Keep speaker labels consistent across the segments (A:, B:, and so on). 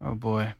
A: Oh boy.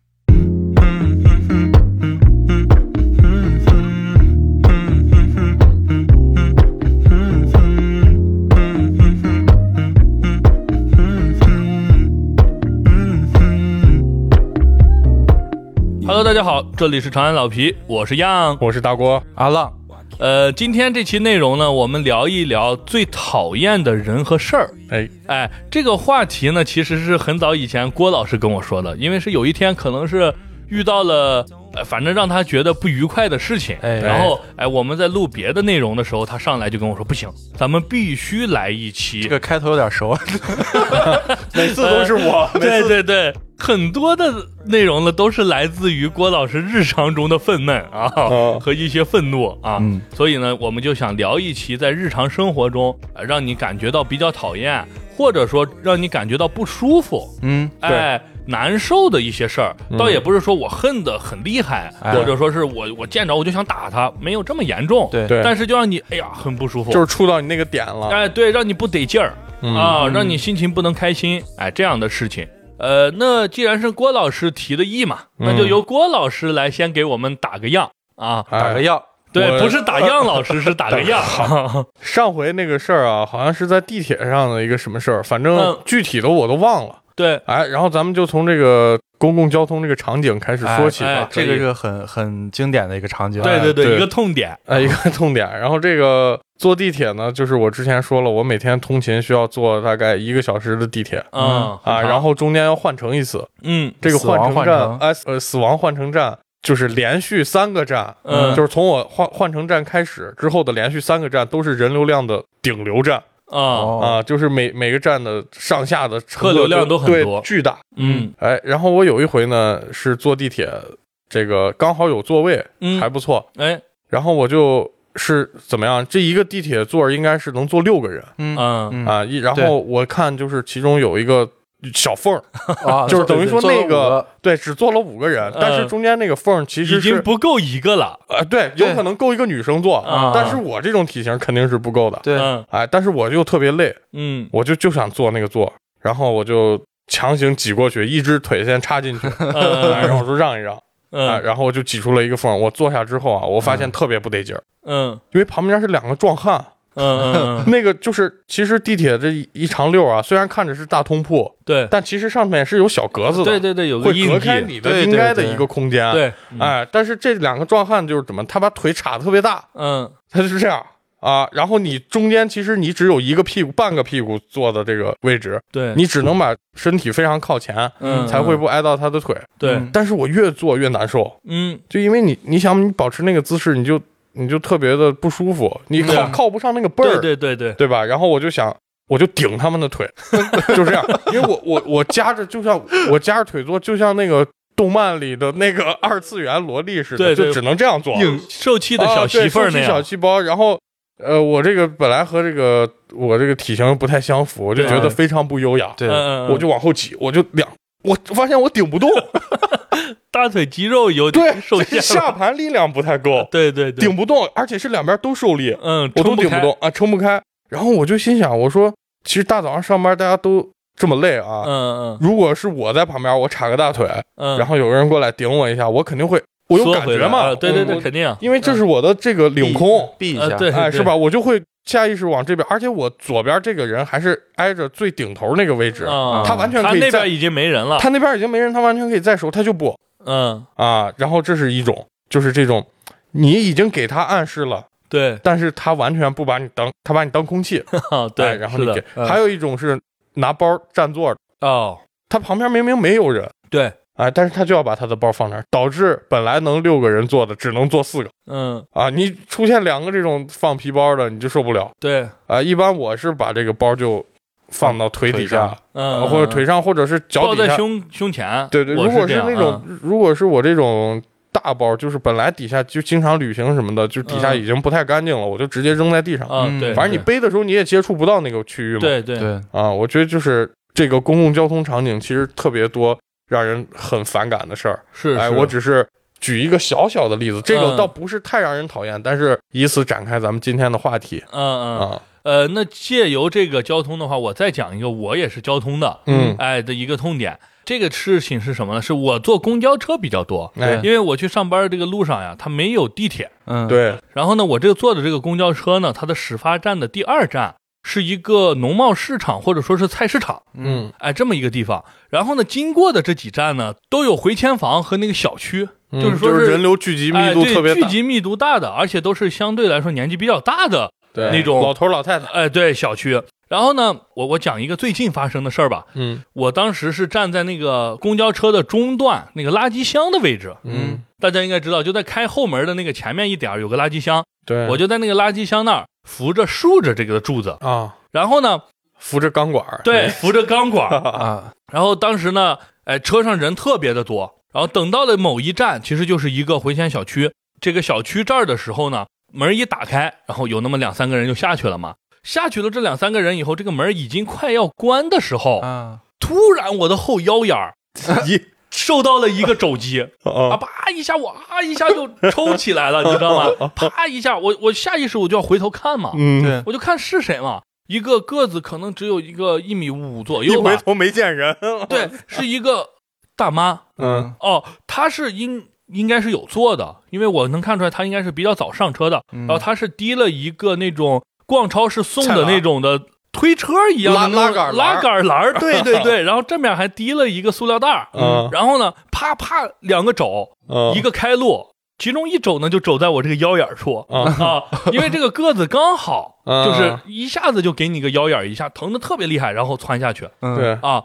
B: Hello，大家好，这里是长安老皮，我是样。
C: 我是大郭，
A: 阿浪，
B: 呃，今天这期内容呢，我们聊一聊最讨厌的人和事儿。
C: 哎，
B: 哎，这个话题呢，其实是很早以前郭老师跟我说的，因为是有一天可能是遇到了，呃，反正让他觉得不愉快的事情，
A: 哎
B: 然后哎，我们在录别的内容的时候，他上来就跟我说，不行，咱们必须来一期
A: 这。个开头有点熟，
C: 每次都是 我，每
B: 对
C: 次
B: 对对，很多的内容呢，都是来自于郭老师日常中的愤懑啊、
C: 嗯
B: 和一些愤怒啊。
A: 哦嗯
B: 所以呢，我们就想聊一期在日常生活中、呃让你感觉到比较讨厌，或者说让你感觉到不舒服，
A: 嗯，
B: 哎，难受的一些事儿，倒也不是说我恨得很厉害，
A: 哎
B: 或者说是我我见着我就想打他，没有这么严重。
A: 对
C: 对
B: 但是就让你哎呀很不舒服，
C: 就是触到你那个点了。
B: 哎，对，让你不得劲儿、
C: 啊嗯
B: 啊，让你心情不能开心，哎，这样的事情。呃，那既然是郭老师提的意嘛，
C: 嗯
B: 那就由郭老师来先给我们打个样啊。
C: 哎
A: 打个样，
B: 对，
C: 我
B: 不是打样，老师是打个 样。
C: 上回那个事儿啊，好像是在地铁上的一个什么事儿，反正
B: 嗯
C: 具体的我都忘了。
B: 对，
C: 哎，然后咱们就从这个公共交通这个场景开始说起
B: 哎
C: 吧
B: 哎。
A: 这个是个很很经典的一个场景，
B: 对对对，
C: 对
B: 一个痛点。
C: 哎，一个痛点。然后这个坐地铁呢，就是我之前说了，我每天通勤需要坐大概一个小时的地铁
B: 嗯
C: 啊，然后中间要换乘一次。
B: 嗯
C: 这个
A: 死亡
C: 换乘
A: 换
C: 站
A: 乘，
C: 哎，呃，死亡换乘站就是连续三个站，
B: 嗯
C: 就是从我换换乘站开始之后的连续三个站都是人流量的顶流站
B: 啊
A: 哦，
C: 啊，就是每每个站的上下的乘
B: 客流量都很
C: 对
B: 多
C: 巨大。
B: 嗯
C: 哎，然后我有一回呢是坐地铁，这个刚好有座位，
B: 嗯
C: 还不错，
B: 哎
C: 然后我就是怎么样，这一个地铁座儿应该是能坐六个人
A: 嗯
B: 嗯
A: 嗯
C: 啊，一然
A: 对
C: 后我看就是其中有一个小缝儿，
A: 啊
C: 就是等于说那
A: 做
C: 个
A: 了
C: 对，只坐了五个人，但是
B: 嗯
C: 中间那个缝儿其实
B: 已经
C: 是
B: 不够一个了。
C: 呃，对，有可能够一个女生坐
B: 啊，
C: 但是我这种体型肯定是不够的
A: 五个。对，
B: 嗯
C: 哎，但是我就特别累，
B: 嗯
C: 我就就想坐那个座，然后我就强行挤过去，一只腿先插 进去， 哎然
B: 嗯
C: 后我说让一让，哎，
B: 嗯
C: 然后我就挤出了一个缝儿。我坐下之后啊，我发现特别不得劲儿，
B: 嗯
C: 因为旁边是两个壮汉，
B: 嗯，
C: 那个就是其实地铁这一一长溜啊，虽然看着是大通铺，
B: 对
C: 但其实上面 是有小格子的，
B: 对对对，有个
C: 会
B: 印
C: 隔开
B: 记。
C: 你
A: 对
C: 的
A: 对
C: 应该的
A: 对
C: 一个空间。
B: 对，嗯
C: 哎，但是这两个壮汉就是怎么，他把腿叉的特别大，
B: 嗯
C: 他就是这样啊。然后你中间其实你只有一个屁股，半个屁股坐的这个位置，
B: 对，
C: 你只能把身体非常靠前，
B: 嗯
C: 才会不挨到他的腿。
B: 对，
A: 嗯
C: 但是我越坐越难受，
B: 嗯
C: 就因为你，你想你保持那个姿势，你就你就特别的不舒服，你靠、
B: 嗯
C: 靠不上那个背儿，
B: 对对对对，
C: 对吧？然后我就想。我就顶他们的腿， 就这样，因为我我我夹着，就像我夹着腿坐，就像那个动漫里的那个二次元萝莉似的，
B: 对对
C: 就只能这样坐。
B: 硬受气的
C: 啊
B: 小
C: 对
B: 媳妇儿
C: 收
B: 那
C: 起
B: 样嗯
C: 小。细胞。然后，呃，我这个本来和这个我这个体型不太相符，我就
B: 对啊
C: 觉得非常不优雅，
A: 对
B: 嗯，
C: 我就往后挤，我就两，我发现我 顶不动，
B: 大腿肌肉有
C: 对，
B: 受限
C: 这下盘力量不太够，
B: 对对 对，
C: 顶不动，而且是两边都受力，
B: 嗯，
C: 我都
B: 撑
C: 顶
B: 开
C: 不动，啊，撑不开。然后我就心想，我说，其实大早上上班大家都这么累啊，
B: 嗯嗯
C: 如果是我在旁边，我叉个大腿，
B: 嗯，
C: 然
B: 后
C: 后有个人过来顶我一下，我肯定会，我有
B: 缩
C: 感
B: 回
C: 觉
B: 来
C: 嘛，
B: 啊对对对，
C: 我
B: 肯定啊，
C: 因为这是我的这个领空，
A: 避一
B: 呃
A: 下，
B: 对
C: 哎，是吧？我就会下意识往这边，而且我左边这个人还是挨着最顶头那个位置，
B: 啊，
C: 他完全
B: 他
C: 可以
B: 那
C: 在
B: 边已经没人了，
C: 他那边已经没人，他完全可以再熟，他就不
B: 嗯，
C: 啊。然后这是一种，就是这种，你已经给他暗示了，
B: 对，
C: 但是他完全不把你当他把你当 空气，
B: 啊
C: 哎
B: 对，
C: 然后
B: 是
C: 你
B: 的
C: 给。
A: 嗯
C: 还有一种是拿包占座的，
B: 哦，
C: 他旁边明明没有人，
B: 对，
C: 哎，但是他就要把他的包放那儿，导致本来能六个人坐的只能坐四个
B: 嗯，
C: 啊。你出现两个这种放皮包的，你就受不了。
B: 对，
C: 啊，一般我是把这个包就放到腿底下，啊
B: 嗯，
C: 呃或者腿上，或者是脚
B: 抱
C: 底
B: 在
C: 下。
B: 胸胸前，
C: 对对，
B: 我
C: 如果
B: 这
C: 是
B: 样
C: 那种，，如果是我这种大包，就是本来底下就经常旅行什么的，就底下
B: 嗯
C: 已经不太干净了，我就直接扔在地上。
B: 啊，
A: 嗯
B: 对，
C: 反正你背的时候你也接触不到那个区域嘛。
B: 对对对
A: 对，
C: 啊，我觉得就是这个公共交通场景其实特别多让人很反感的事儿。
B: 是，
C: 哎，
B: 是
C: 我只是。举一个小小的例子，这
B: 嗯
C: 个倒不是太让人讨厌，但是以此展开咱们今天的话题
B: 嗯嗯
C: 啊，
B: 呃，那借由这个交通的话，我再讲一个我也是交通的，
C: 嗯
B: 哎的一个痛点。这个事情是什么呢？是我坐公交车比较多，
C: 哎，
B: 因为我去上班这个路上呀，它没有地铁。
A: 嗯，，
C: 对，
B: 然后呢，我这个坐的这个公交车呢，它的始发站的第二站是一个农贸市场或者说是菜市场，
C: 嗯
B: 哎，这么一个地方。然后呢，经过的这几站呢，都有回迁房和那个小区，
C: 嗯
B: 就是说
C: 人流聚集密
B: 哎
C: 度
B: 对
C: 特别
B: 聚
C: 大，
B: 集密度大的，而且都是相对来说年纪比较大的，
C: 对
B: 那种
C: 老头老太太，
B: 哎，对小区。然后呢，我我讲一个最近发生的事儿吧。
C: 嗯
B: 我当时是站在那个公交车的中段那个垃圾箱的位置，
C: 嗯，
B: 大家应该知道，就在开后门的那个前面一点儿有个垃圾箱，
C: 对，
B: 我就在那个垃圾箱那儿扶着竖着这个柱子，
C: 啊
B: 然后呢，
C: 扶着钢管儿，
B: 对，扶着钢 管儿，
A: 啊，
B: 然后当时呢，哎，车上人特别的多，然后等到了某一站，其实就是一个回迁小区，这个小区这儿的时候呢，门一打开，然后有那么两三个人就下去了嘛。下去了这两三个人以后，这个门已经快要关的时候，
A: 啊，
B: 突然我的后腰眼儿
C: 一
B: 受到了一个肘击，啊，
C: 啊
B: 啪一下我啊一下就抽起 来了，你知道吗？啪一下，我我下意识我就要回头看嘛，
C: 嗯，
A: 对，
B: 我就看是谁嘛。一个个子可能只有一个一米五左
C: 一
B: 右吧
C: 回，头没见人，
B: 对，是一个大妈
C: 嗯
B: 哦，她是应应该是有座的，因为我能看出来她应该是比较早上车的，
A: 嗯
B: 然后她是提了一个那种逛超市送
C: 菜
B: 的
C: 篮
B: 那种的推车一样的
C: 拉
B: 那种
C: 拉
B: 拉
C: 杆
B: 杆篮儿，对对对，然后正面还提了一个塑料袋儿，
C: 嗯
B: 然后呢，啪啪两个肘，
C: 嗯
B: 一个开路，其中一肘呢就肘在我这个腰眼儿处
C: 啊
B: 啊，因为这个个子刚好，
C: 啊
B: 就是一下子就给你个腰眼儿一下，疼的特别厉害，然后窜下去
A: 嗯，
C: 对，
B: 啊。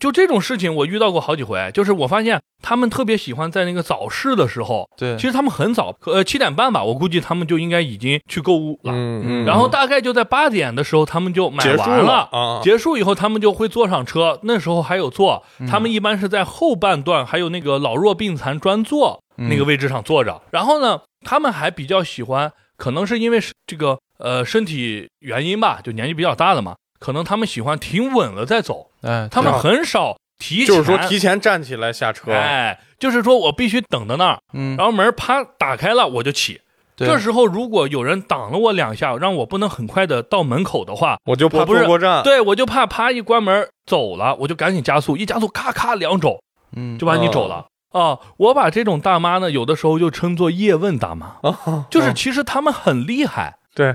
B: 就这种事情我遇到过好几回，就是我发现他们特别喜欢在那个早市的时候，
A: 对，
B: 其实他们很早，呃七点半吧，我估计他们就应该已经去购物了，
C: 嗯嗯，
B: 然后大概就在八点的时候他们就买
C: 结束
B: 完
C: 了啊
B: 结束以后，他们就会坐上车。那时候还有座，
A: 嗯
C: 嗯
B: 他们一般是在后半段，还有那个老弱病残专座
A: 嗯
B: 那个位置上坐着。然后呢，他们还比较喜欢，可能是因为是这个呃身体原因吧，就年纪比较大了嘛，可能他们喜欢停稳了再走，
A: 哎，
B: 他们
C: 对
B: 很少提前，
C: 就是说提前站起来下车，
B: 哎，就是说我必须等到那儿，
A: 嗯，
B: 然后门啪打开了我就起。
A: 对
B: 这时候如果有人挡了我两下，让我不能很快的到门口的话，
C: 我就怕
B: 我不是
C: 坐过站，
B: 对，我就怕啪一关门走了，我就赶紧加速，一加速咔咔两肘
A: 嗯，
B: 就把你走了。
C: 哦
B: 啊，我把这种大妈呢，有的时候就称作叶问大妈，
C: 啊，
B: 就是其实他们很厉害，
C: 对，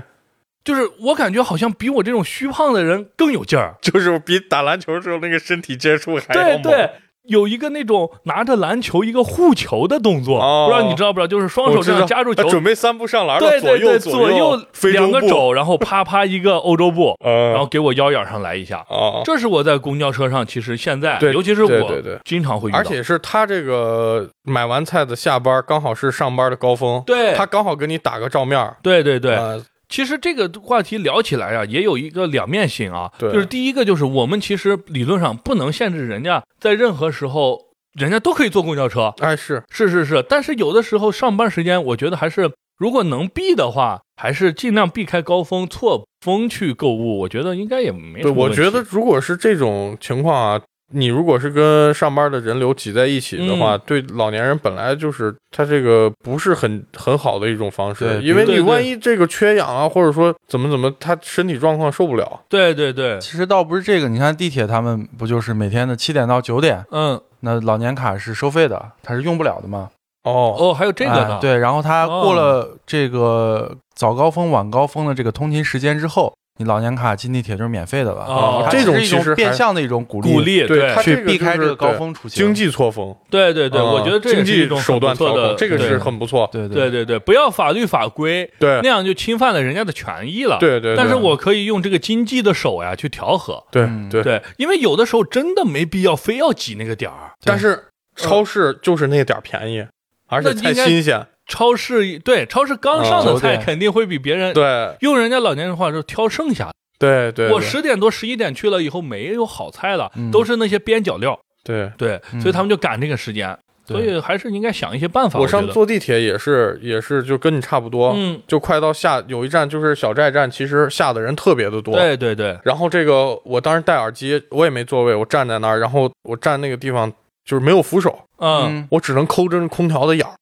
B: 就是我感觉好像比我这种虚胖的人更有劲儿。
C: 就是比打篮球时候那个身体接触还要
B: 对
C: 猛，
B: 对，有一个那种拿着篮球一个护球的动作，
C: 哦
B: 不知道你知道不知道？就是双手
C: 我知
B: 这
C: 道
B: 样夹住球，
C: 啊准备三步上篮
B: 对
C: 了，
B: 对对，
C: 右
B: 左
C: 右非洲
B: 两个
C: 步，
B: 肘，然后 啪啪一个欧洲步，
C: 嗯，
B: 然后给我腰眼上来一下。
C: 哦，
B: 这是我在公交车上，其实现在，
C: 对
B: 尤其是
C: 对
B: 我
C: 对对
B: 经常会遇到，
C: 而且是他这个买完菜的下班，刚好是上班的高峰，
B: 对
C: 他刚好给你打个照面儿，
B: 对对对，
C: 呃
B: 其实这个话题聊起来啊，也有一个两面性啊，
C: 对
B: 就是第一个就是我们其实理论上不能限制人家在任何时候，人家都可以坐公交车，
C: 哎是，
B: 是是是，但是有的时候上班时间，我觉得还是如果能避的话，还是尽量避开高峰错峰去购物，我觉得应该也没什
C: 对，
B: 么
C: 我
B: 问题
C: 觉得如果是这种情况啊，你如果是跟上班的人流挤在一起的话，
B: 嗯
C: 对老年人本来就是他这个不是很很好的一种方式，
A: 对
C: 因为
B: 对
C: 你
B: 对
C: 万一这个缺氧啊，或者说怎么怎么，他身体状况受不了，
B: 对对对，
A: 其实倒不是这个，你看地铁他们不就是每天的七点到九点，
B: 嗯
A: 那老年卡是收费的，它是用不了的嘛。
C: 哦，
B: 哦，还有这个呢，哦
A: 哎对，然后它过了这个早高峰、晚高峰的这个通勤时间之后，你老年卡进地铁就是免费的了。
B: 哦
A: 它
C: 这种
A: 是一
C: 其实
A: 种
C: 还
A: 变相的一种鼓励，
B: 鼓励
C: 对他
A: 去避开这
C: 这个就是
A: 个高峰出行。
C: 经济错峰，
B: 对对对，
C: 啊
B: 我觉得这也
C: 经
B: 是一
C: 济
B: 种
C: 手段
B: 很不
C: 调
B: 错的
C: 控，，这个
B: 对
C: 是很不错，
A: 对
B: 对
A: 对
B: 对对，不要法律法规，
C: 对
B: 那样就侵犯了人家的权益了。
C: 对对对
B: 但是我可以用这个经济的手呀去调和。
C: 对
A: 嗯
C: 对，
B: 对，因为有的时候真的没必要非要挤那个点儿。
C: 但是超市就是那点儿便宜，而且
B: 嗯那
C: 菜
B: 应该
C: 新鲜，
B: 超市对超市刚上
A: 哦
B: 的菜
A: 对
B: 肯定会比别人、
C: 啊对
B: 用人家老年人话说挑剩下的。
C: 对对，
B: 我
C: 对
B: 十点多十一点去了以后没有好菜了，
A: 嗯
B: 都是那些边角料。
C: 对。
B: 对，
A: 嗯
B: 所以他们就赶这个时间，
A: 对
B: 所以还是应该想一些办法。
C: 我
B: 我觉
C: 上
B: 得
C: 次坐地铁也是，也是就跟你差不多，
B: 嗯，
C: 就快到下有一站就是小寨站，其实下的人特别的多。
B: 对对对，
C: 然后这个我当时戴耳机，我也没座位，我站在那儿，然后我站那个地方就是没有扶手，
B: 嗯，
C: 我只能抠着空调 的眼儿，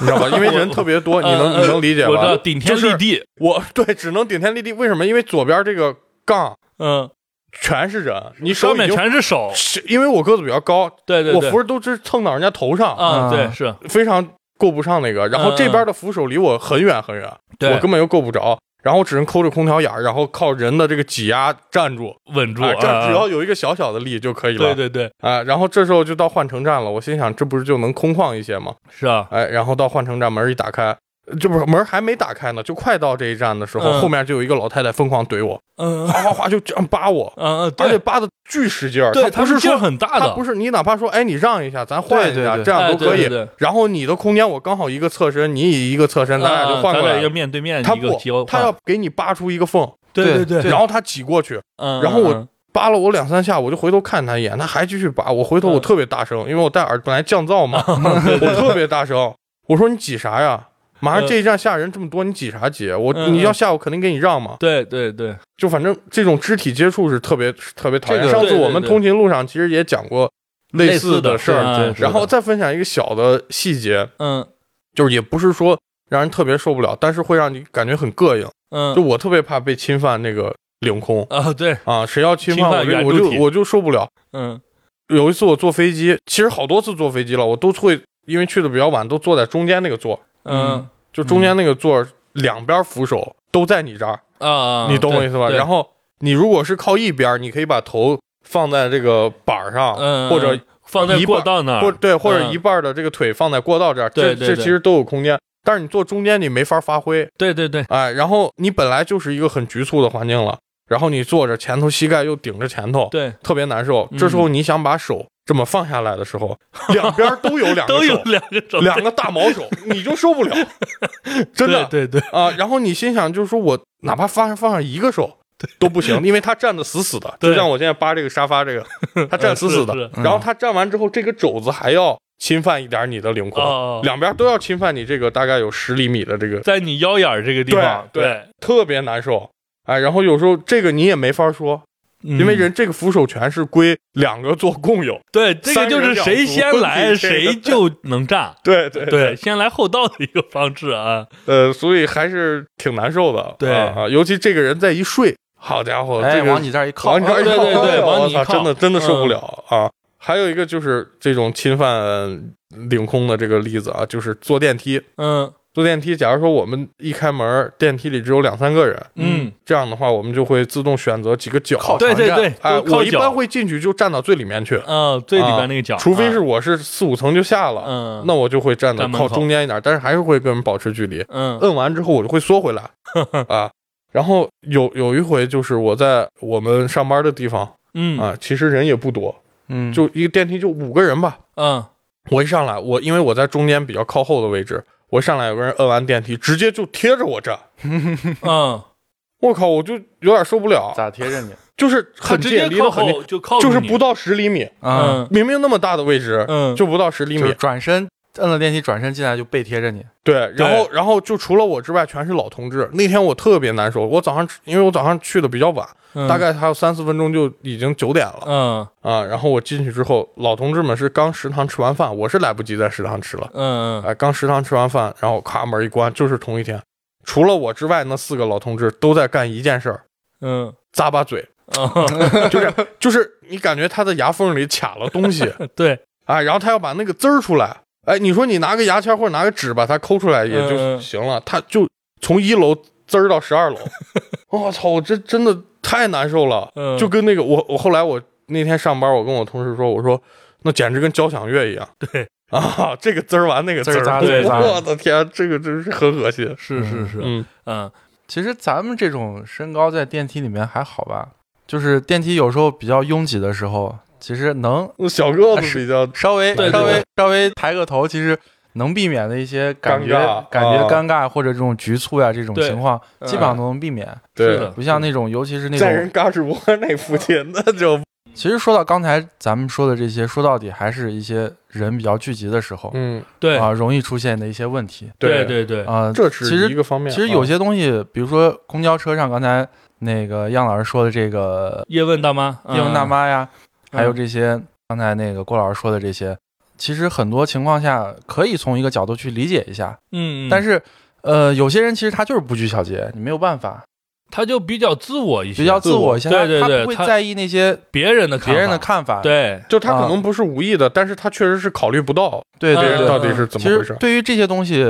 C: 你知道吧？因为人特别多，你能
B: 呃
C: 你能理解
B: 我知道
C: 吧？
B: 顶天
C: 就是
B: 立地，
C: 我对，只能顶天立地。为什么？因为左边这个杠
B: 嗯，
C: 全是人，你手
B: 上
C: 已
B: 面
C: 经
B: 全是手，
C: 是因为我个子比较高，
B: 对哦对
C: 我
B: 对
C: 扶，着都是蹭到人家头上，
A: 嗯
B: 啊，对是，
C: 非常够不上那个。然后这
B: 嗯
C: 边的扶手离我很远很远，
B: 对，
C: 我根本就够不着。然后我只能抠着空调眼儿，然后靠人的这个挤压站住，
B: 稳住，
C: 哎
B: 啊
C: 站只要有一个小小的力就可以了。
B: 对对对，
C: 啊，然后这时候就到换乘站了，我心想这不是就能空旷一些吗？
B: 是啊，
C: 哎，然后到换乘站门一打开，这不是门还没打开呢，就快到这一站的时候，
B: 嗯
C: 后面就有一个老太太疯狂怼我，
B: 嗯
C: 哗哗哗就这样扒我，
B: 嗯嗯，
C: 而且
B: 对
C: 扒的巨使劲儿，
B: 对，
C: 她
B: 们
C: 不是
B: 劲儿
C: 说
B: 很大
C: 她
B: 的，
C: 不是你哪怕说哎你让一下，咱换一
A: 对对
C: 下，
A: 对
C: 这样都可以。
B: 哎对对对
C: 然后你的空间我刚好一个侧身，你以一个侧身，咱俩就
B: 嗯
C: 换过
B: 咱
C: 来
B: 俩
C: 了
B: 就。面对面
C: 她
B: 一个交换，
C: 不，她要给你扒出一个缝，
B: 对
A: 对
B: 对
A: 对
C: 然后她挤过去，
B: 嗯，
C: 然后我
B: 嗯
C: 扒了我两三下，我就回头看他一眼，他还继续扒。我
B: 嗯
C: 回头我特别大声，因为我戴耳本来降 噪嘛，我特别大声，我说你挤啥呀？马上这一站下人这么多，你挤啥挤？啊我
B: 嗯
C: 你要下我肯定给你让嘛。
B: 对对对，
C: 就反正这种肢体接触是特别是特别讨厌。
A: 这个
C: 上次
B: 对对
C: 我们
B: 对
C: 通勤路上其实也讲过类似的事儿，
B: 嗯
A: 对
B: 是
C: 然后再分享一个小的细节，
B: 嗯
C: 就是也不是说让人特别受不了，但是会让你感觉很膈应。
B: 嗯，
C: 就我特别怕被侵犯那个领空
B: 啊对，
C: 啊，谁要侵
B: 侵
C: 犯
B: 犯
C: 我就
B: 圆
C: 我
B: 柱
C: 就
B: 体
C: 我就受不了。
B: 嗯
C: 有一次我坐飞机，其实好多次坐飞机了，我都会因为去的比较晚，都坐在中间那个座，
B: 嗯
C: 就中间那个座、两边扶手都在你这儿，
B: 啊啊，
C: 你懂我意思吧？然
B: 后
C: 后你如果是靠一边，你可以把头放在这个板儿上，
B: 嗯，
C: 或者
B: 放在
C: 一
B: 过
C: 半
B: 道那
C: 或
B: 儿，
C: 对或者
B: 嗯
C: 一半的这个腿放在过道这儿，
B: 对对
C: 这这
B: 对
C: 其实都有空间。但是你坐中间你没法发挥，
B: 对对对，
C: 哎，然后你本来就是一个很局促的环境了，然后你坐着前头膝盖又顶着前头，
B: 对，
C: 特别难受。
B: 嗯
C: 这时候你想把手这么放下来的 时候，两边都有两个
B: 都有
C: 手，
B: 两个手，
C: 两个大毛手，你就受不 了，真的
B: 对对对，
C: 啊。然后你心想，就是说我哪怕放上放上一个手都不行，因为他站得死死的，
B: 对嗯
C: 就像我现在扒这个沙发这 个，他站死死
B: 是
C: 的。
A: 是
C: 然后他站完之后，这个肘子还要侵犯一点你的领空，
B: 哦，
C: 两边都要侵犯你这个大概有十厘米的这个，
B: 在你腰眼儿这个地
C: 对
B: 方，
C: 对
B: 对，
C: 特别难受。哎，然后有时候这个你也没法说，
B: 因
C: 因为人这个扶手权是归两个做共有，
B: 嗯对，这个就是谁先来
C: 三人两
B: 谁
C: 组
B: 就能炸，
C: 对 对
B: 对，先来后到的一个方式啊，
C: 呃，所以还是挺难受的。
B: 对
C: 啊，啊尤其这个人再一睡，好家伙，
A: 哎，
C: 这个
A: 往你这儿一靠
C: 往，你这儿一
B: 嗯对
C: 靠
B: 对对
C: 哎呦
B: 往
C: 我
B: 你
C: 操
B: 靠嗯
C: 真的真的受不了、啊！还有一个就是这种侵犯领空的这个例子啊，就是坐电梯。
B: 嗯
C: 坐电梯，假如说我们一开门，电梯里只有两三个人，
B: 嗯，
C: 这样的话，我们就会自动选择几个角。
A: 靠
B: 对对对，
C: 哎，
B: 都靠
C: 我一般
B: 脚，
C: 会进去就站到最里面去，
B: 嗯，最里边那个脚，
C: 除非是
B: 啊
C: 我是四五层就下了，
B: 嗯，
C: 那我就会站到
B: 站门
C: 靠
B: 口
C: 中间一点，但是还是会跟人保持距离。
B: 嗯
C: 摁完之后我就会缩 回来啊。然后有有一回就是我在我们上班的地方
B: 嗯
C: 啊，其实人也不多，
A: 嗯，
C: 就一个电梯就五个人吧。
B: 嗯
C: 我一上来，我因为我在中间比较靠后的位置，我上来有个人摁完电梯，直接就贴着我站，
B: 嗯，
C: 我靠，我就有点受不了，
A: 咋贴着你
C: 就是
B: 他
C: 很
B: 直
C: 近，
B: 接
C: 离
B: 靠
C: 得很近，
B: 后就靠住
C: 就是
B: 你
C: 不到十厘米，
A: 啊？
B: 嗯
C: 明明那么大的位置，
B: 嗯
C: 就不到十厘
A: 就是
C: 米。
A: 转身摁了电梯，转身进来就背贴着你，
C: 对，然后然后就除了我之外全是老同志。那天我特别难受，我早上因为我早上去的比较晚，
B: 嗯
C: 大概还有三四分钟就已经九点了
B: 嗯
C: 啊。然后我进去之后，老同志们是刚食堂吃完饭，我是来不及在食堂吃了，
B: 嗯嗯
C: 哎，刚食堂吃完饭，然后咔门一关，就是同一天，除了我之外，那四个老同志都在干一件事儿，
B: 嗯
C: 咂 巴嘴，
B: 嗯，
C: 就是就是你感觉他的牙缝里卡了 东西，
B: 对，
C: 哎，然后他要把那个汁儿出来，哎，你说你拿个牙签或者拿个纸把它抠出来也就
B: 嗯
C: 行了，他就从一楼滋儿到十 二楼，我、操，我这真的太难受了，
B: 嗯
C: 就跟那个我我后来我那天上班，我跟我同事说，我说那简直跟交响乐一样，
B: 对
C: 啊，这个滋儿完那个滋
A: 滋儿
C: 儿，
A: 咂
B: 滋儿咂
C: 我的天，这个真是很恶心，
B: 是是是，
C: 嗯
B: 嗯
A: 其实咱们这种身高在电梯里面还好吧，就是电梯有时候比较拥挤的时候，其实能
C: 小个
A: 啊
C: 子
A: 是
C: 比较
A: 稍微
B: 对对
A: 稍微
B: 对
A: 稍微抬个头，其实能避免的一些感觉
C: 尴尬
A: 感觉
C: 啊
A: 尴尬或者这种局促呀、这种
B: 对
A: 情况，
B: 嗯
A: 基本上都能避免。
B: 是
C: 对
B: 的，
A: 不像那种，尤其是那
C: 在
A: 种，
C: 人嘎吱窝那附近，那 就
A: 其实说到刚才咱们说的这些，说到底还是一些人比较聚集的时候
C: 嗯，
B: 对
A: 啊，容易出现的一些问题
B: 对对对，
A: 啊。
C: 这
A: 其
C: 是
A: 实
C: 一个方面，啊
A: 其实有些东西，比如说公交车上，刚才那个杨老师说的这个
B: 叶问大妈，
A: 叶问大
B: 嗯
A: 妈呀，还有
B: 嗯
A: 这些刚才那个郭老师说的这些，其实很多情况下可以从一个角度去理解一下，
B: 嗯，
A: 但
B: 是
A: 是呃，有些人其实他就是不拘小节，你没有办法。
B: 他就比较啊自我一些，
A: 比较自我一些，
B: 对对
A: 他
B: 对
A: 不会
B: 他
A: 在意那些
B: 别人的看法
A: 别人的看法，
B: 对，
C: 就他可能不是无意的，但是他确实是考虑不到
A: 对啊
C: 别
A: 对
C: 人
A: 对。
C: 嗯到底是怎
A: 其
C: 么回事
A: 实。对于这些东西，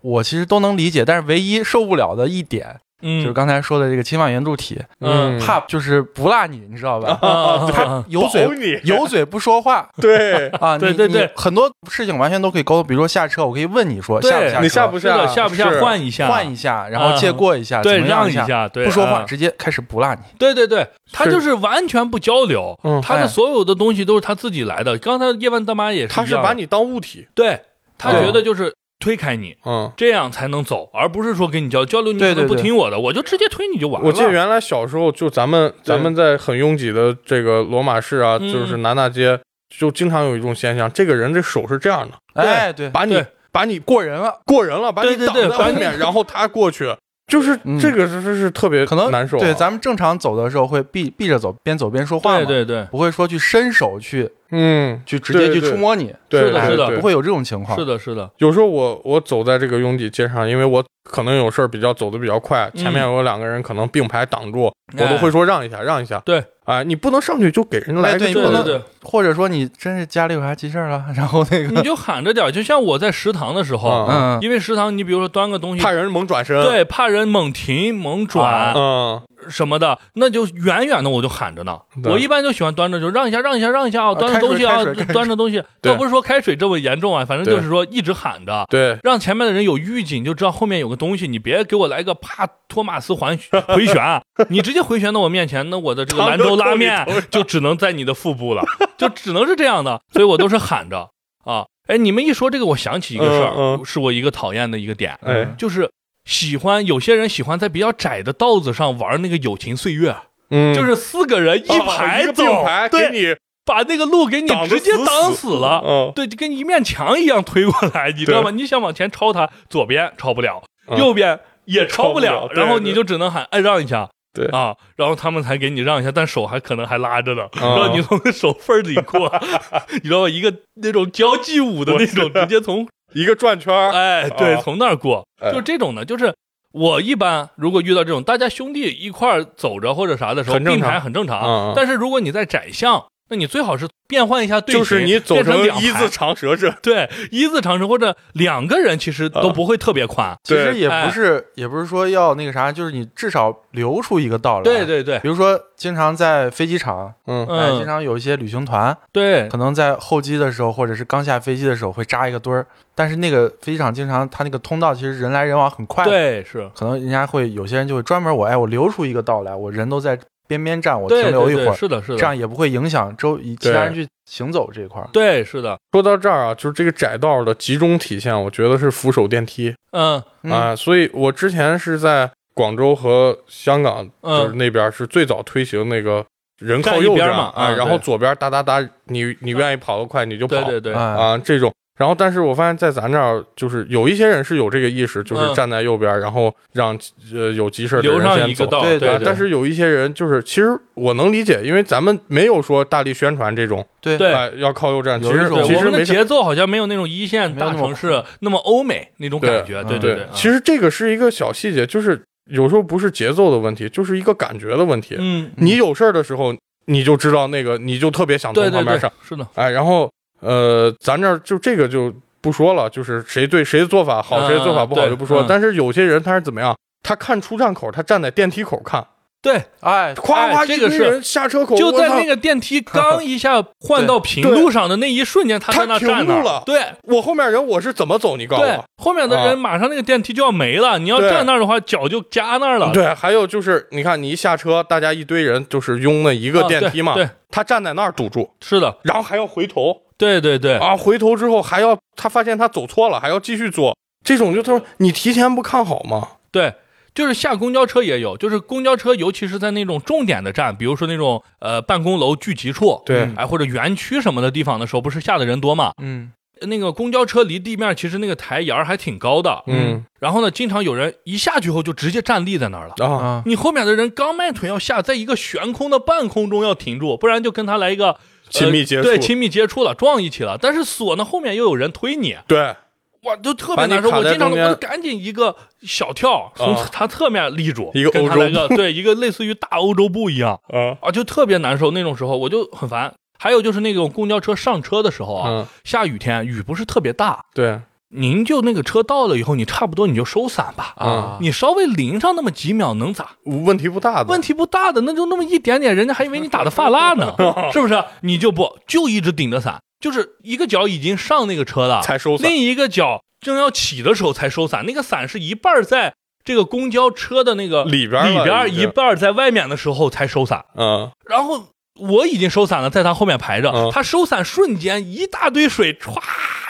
A: 我其实都能理解，但是唯一受不了的一点
B: 嗯，
A: 就是刚才说的这个侵犯圆柱体，
B: 嗯
A: 怕就是不辣你，你知道吧？
B: 啊
A: 他有嘴
C: 保你
A: 有嘴不说话
C: 对，
A: 啊！
B: 对
A: 你
B: 对
A: 你
B: 对
A: 很多事情完全都可以沟通，比如说下车，我可以问你说
B: 对
A: 下不下车，啊
C: 你下不
B: 是的，
C: 下
B: 下不下
C: 是
B: 换一下，
A: 换一下，然后借过一下，
B: 对，
A: 怎么
B: 让
A: 样一
B: 下，对，
A: 不说话，
B: 嗯
A: 直接开始不辣你。
B: 对对对，他
C: 是
B: 就是完全不交流，
C: 嗯
B: 他
A: 哎
B: 的所有的东西都是他自己来的。刚才夜半大妈也是
C: 他
B: 一
C: 是
B: 样的
C: 把你当物体，
B: 对他
A: 对
B: 觉得就是推开你，
C: 嗯。
B: 这样才能走，而不是说跟你交交流，你
A: 对
B: 可能
A: 对
B: 不
A: 对
B: 听我的，我就直接推你就完了。
C: 我记得原来小时候，就咱们
A: 对
C: 咱们在很拥挤的这个罗马市啊，
B: 嗯
C: 就是南大街，就经常有一种现象，这个人这手是这样的，
A: 哎，对，
C: 把你
B: 对
C: 把你
A: 过人啊了，
C: 过人了，把
B: 对
C: 你
B: 对
C: 挡
B: 对
C: 在
B: 把
C: 后
B: 你
C: 面，然后他过去，就是
A: 嗯
C: 这个是是是特别
A: 可能
C: 难受啊。
A: 对，咱们正常走的时候会避避着走，边走边说话嘛，
B: 对对对，
A: 不会说去伸手去
C: 嗯，
A: 去直接
C: 对
A: 去
C: 对
A: 触摸你，
C: 对，
B: 是的
C: 对
B: 是的
C: 对
A: 不会有这种情况。
B: 是的，是的，
C: 有时候我我走在这个拥挤街上，因为我可能有事儿比较走的比较快，
B: 嗯
C: 前面有两个人可能并排挡住，我都
B: 哎
C: 会说让一下，让一下。
B: 对，
C: 哎，你不能上去就给人来
A: 哎
C: 个
A: 对你
B: 对
A: 不
C: 这
A: 能
B: 对
C: 个
B: 对，
A: 或者说你真是家里有啥急事儿了，然后 那
B: 你
A: 个，
B: 就喊着点儿，就像我在食堂的时候，
C: 嗯
A: 嗯，
B: 因为食堂你比如说端个东西
C: 怕。人猛转身。，
B: 对，怕人猛停猛转
C: 嗯，
B: 什么的，那就远远的我就喊着呢。
C: 对
B: 我一般就喜欢端着，就让一下，让一下，让一下啊，端
A: 开
B: 着
A: 水
B: 东西啊
A: 开水开，水
B: 端着东西。
C: 对
B: 倒不是说开水这么严重啊，反正
C: 对
B: 就是说一直喊着，
C: 对，
B: 让前面的人有预警，就知道后面有个东西，你别给我来个帕托马斯环 回旋，啊你直接回旋到我面前，那我的 这个兰州拉面就只能在你的腹部了， 就只能是这样的，所以我都是喊着啊。哎，你们一说这个，我想起一个事儿，
C: 嗯嗯
B: 是我一个讨厌的一个点，
C: 哎，
B: 就是喜欢有些人喜欢在比较窄的道子上玩那个友情岁月，
C: 嗯，
B: 就是四个人一
C: 哦
B: 排
C: 一个
B: 走，
C: 并排给
B: 对，啊
C: 你，
B: 把那个路给你
C: 挡得
B: 直接
C: 死
B: 挡
C: 死
B: 死了。
C: 嗯，
B: 对，就跟一面墙一样推过来，你知道吗？你想往前超它，左边超不了，
C: 嗯
B: 右边也超
C: 超
B: 了，
C: 不了
B: 然后
C: 对
B: 你就只能喊哎让一下。
C: 对
B: 啊，然后他们才给你让一下，但手还可能还拉着呢，
C: 嗯
B: 让你从手缝里过， 你知道吧？一个那种交际舞的那种，直接从
C: 一个转圈儿，
B: 哎对，从那儿过，
C: 哎
B: 就这种的，就是我一般如果遇到这种大家兄弟一块儿走着或者啥的时候，
C: 很正
B: 并
C: 常
B: 排很正
C: 嗯嗯
B: 常。但是如果你在窄巷，那你最好是变换一下队形，
C: 就是你走
B: 变成两
C: 一
B: 排
C: 字长蛇阵，
B: 对，一字长城或者两个人其实都不会特别宽。
A: 其实
C: 对
A: 也
B: 哎
A: 不是，也不是说要那个啥，就是你至少留出一个道来。
B: 对，对对
A: 比如说经常在飞机场，
C: 嗯，
A: 哎，经
B: 嗯，
A: 常有一些旅行团，
B: 对
A: 可能在候机的时候，或者是刚下飞机的时候会扎一个堆儿，但是那个飞机场经常它那个通道其实人来人往很快，，
B: 对是，
A: 可能人家会有些人就会专门我哎我留出一个道来，我人都在边边站，我停
B: 对
A: 留
B: 对
A: 一会
B: 对，
A: 儿，
B: 是的是
A: 这
B: 的，
A: 样也不会影响周以其他人去行走这一块儿。
B: 对是的，
C: 说到这儿啊，就是这个窄道的集中体现，我觉得是扶手电梯
B: 嗯
A: 嗯
C: 啊，所以我之前是在广州和香港就是
B: 嗯，
C: 那边是最早推行那个人靠
B: 站一
C: 右
B: 边
C: 站
B: 嘛
C: 啊，
B: 啊
C: 然后
B: 对
C: 左边哒哒哒，你你愿意跑得快你就
B: 对
C: 跑
B: 对对，
A: 哎
C: 啊这种。然后，但是我发现，在咱这儿就是有一些人是有这个意识，就是
B: 嗯
C: 站在右边，然后让呃有急事儿的
B: 留
C: 人
B: 上
C: 先
B: 一个
C: 走。
B: 道，
A: 对
B: 对
C: 啊
B: 对，
C: 但是有一些人就是，其实我能理解，因为咱们没有说大力宣传这种，
A: 对
B: 对
C: 哎要靠右站，其
A: 有一
C: 实
A: 种
B: 对
C: 其
B: 我
C: 实
B: 们的
C: 没啥
B: 节奏好像没有那种一线
A: 没有
B: 大
A: 那么
B: 城市那么欧美那种感觉，
A: 对
B: 对
A: 嗯
B: 对，
C: 其实这个是一个小细节，就是有时候不是节奏的问题，就是一个感觉的问题。
B: 嗯，
C: 你有事儿的时候，你就知道那个，你就特别想
B: 对
C: 从
B: 对
C: 旁边
B: 对
C: 上，，
B: 是的，
C: 哎，然后呃，咱这儿就这个就不说了，就是谁对谁的做法好，
B: 嗯
C: 谁的做法不好
B: 对
C: 就不说
B: 嗯
C: 了。但是有些人他是怎么样？他看出站口，他站在电梯口看，
B: 对，
A: 哎，
C: 夸夸
B: 哎
C: 一
B: 这
C: 堆
B: 个是
C: 人下车口，
B: 就在
C: 我操
B: 那个电梯刚一下换到平路上的那一瞬间，他
C: 他
B: 在那
C: 停
B: 站
C: 住
B: 那
C: 了
B: 儿，对，
C: 我后面人我是怎么走？你告诉
B: 对
C: 我。，
B: 后面的
C: 啊
B: 人马上那个电梯就要没了，你要
C: 对
B: 站那儿的话，脚就夹那儿了。
C: 对，还有就是，你看你一下车，大家一堆人就是拥那一个
B: 啊
C: 电梯嘛，
B: 对，对
C: 他站在那儿堵住，
B: 是的，
C: 然后还要回头，
B: 对对对，
C: 啊，回头之后还要他发现他走错了，还要继续做，这种就他说你提前不看好吗？
B: 对，就是下公交车也有，就是公交车，尤其是在那种重点的站，比如说那种呃办公楼聚集处，
C: 对
B: 哎或者园区什么的地方的时候，不是下的人多嘛？
A: 嗯，
B: 那个公交车离地面其实那个台沿儿还挺高的，
C: 嗯
B: 然后呢，经常有人一下去后就直接站立在那儿了。
C: 啊，
A: 啊，
B: 你后面的人刚迈腿要下，在一个悬空的半空中要停住，不然就跟他来一个
C: 亲密接触
B: 呃对，亲密接触了，撞一起了。但是锁呢，后面又有人推你，
C: 对，
B: 我就特
C: 把
B: 别
C: 你
B: 难受，
C: 卡
B: 我
C: 在
B: 经常
C: 中间
B: 我就赶紧一个小跳从
C: 啊
B: 他侧面立住，
C: 一个
B: 跟他
C: 欧洲
B: 来个对一个类似于大欧洲步一样
C: 啊，
B: 啊，就特别难受。那种时候我就很烦。还有就是那种公交车上车的时候啊，
C: 嗯，
B: 下雨天雨不是特别大，
C: 对，
B: 您就那个车到了以后，你差不多你就收伞吧
C: 啊
B: 你稍微淋上那么几秒能咋？
C: 问题不大的，
B: 问题不大的，那就那么一点点，人家还以为你打的发蜡 呢，是不是？你就不就一直顶着伞，就是一个脚已经上那个车了，
C: 才收伞
B: 另一个脚正要起的时候才收伞，那个伞是一半儿在这个公交车的那个
C: 里边儿了
B: 里边儿，
C: 已经
B: 一半儿在外面的时候才收伞，
C: 嗯，
B: 然后。我已经收伞了，在他后面排着，
C: 嗯
B: 他收伞瞬间一大堆水歘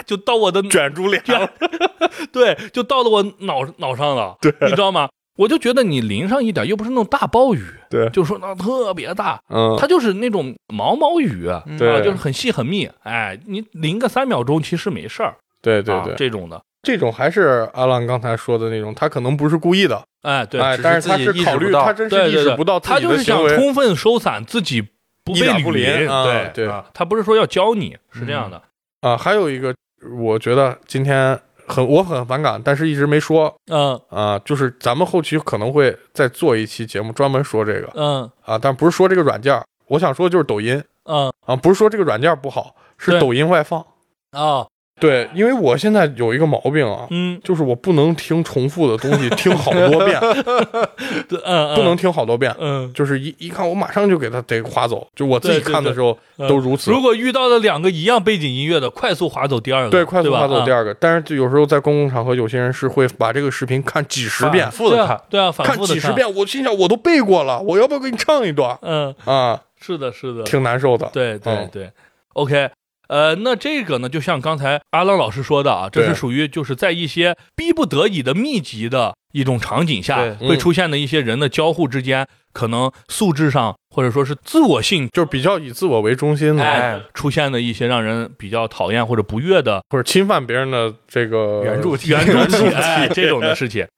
B: 就到我的
C: 卷住脸，
B: 卷对，就到了我脑脑上了，对，你知道吗？我就觉得你淋上一点，又不是那种大暴雨，
C: 对，
B: 就说那特别大，
C: 嗯，
B: 它就是那种毛毛雨，啊，
A: 嗯
C: 对
B: 就是很细很密，哎，你淋个三秒钟其实没事儿，
C: 对对
B: 啊
C: 对，
B: 这种的，
C: 这种还是阿浪刚才说的那种，他可能不是故意的，
B: 哎，对，
C: 哎
A: 只，是
C: 但是他
A: 自己
C: 是
A: 意识
C: 考虑，
A: 不到
C: 他真是
B: 对
C: 意
B: 对
C: 识
B: 对，
C: 不到自
B: 他
C: 己
B: 就
C: 的
B: 是想
C: 行为，
B: 充分收伞，自己不
C: 一
B: 被
C: 打
B: 雨
C: 不淋啊
B: 对
C: 对
B: 啊他不是说要教你，是这样的，
C: 啊，还有一个，我觉得今天很我很反感，但是一直没说
B: 嗯
C: 啊，就是咱们后期可能会再做一期节目专门说这个
B: 嗯
C: 啊，但不是说这个软件儿，我想说的就是抖音
B: 嗯
C: 啊，不是说这个软件儿不好，是
B: 对
C: 抖音外放。
B: 啊
C: 对，因为我现在有一个毛病啊，
B: 嗯
C: 就是我不能听重复的东西，听好 多遍，
B: 对嗯
C: 不能听好多遍。
B: 嗯
C: 就是一一看，我马上就给它得划走。就我自己
B: 对对
C: 看的时候
B: 嗯
C: 都如此
B: 如，果遇到了两个一样背景音乐的，快速划走第二个，
C: 对，快速
B: 吧
C: 划走第
B: 啊
C: 二个。但是就有时候在公共场合，有些人是会把这个视频看几十遍
A: 反，复的
B: 对啊
A: 看，
B: 对啊，反
C: 看
B: 复的
C: 几十，遍，我心想我都背过了，我要不要给你唱一段
B: 嗯，
C: 啊？
B: 是的，是的，
C: 挺难受的。
B: 对对
C: 嗯
B: 对，OK。呃，那这个呢，就像刚才阿浪老师说的啊，这是
C: 对
B: 属于就是在一些逼不得已的密集的一种场景下
A: 对
C: 嗯
B: 会出现的一些人的交互之间，可能素质上或者说是自我性
C: 就是比较以自我为中心的，
A: 哎
B: 出现的一些让人比较讨厌或者不悦的
C: 或者侵犯别人的这个呃
A: 原著体
B: 原著体哎这种的事情。
C: 啊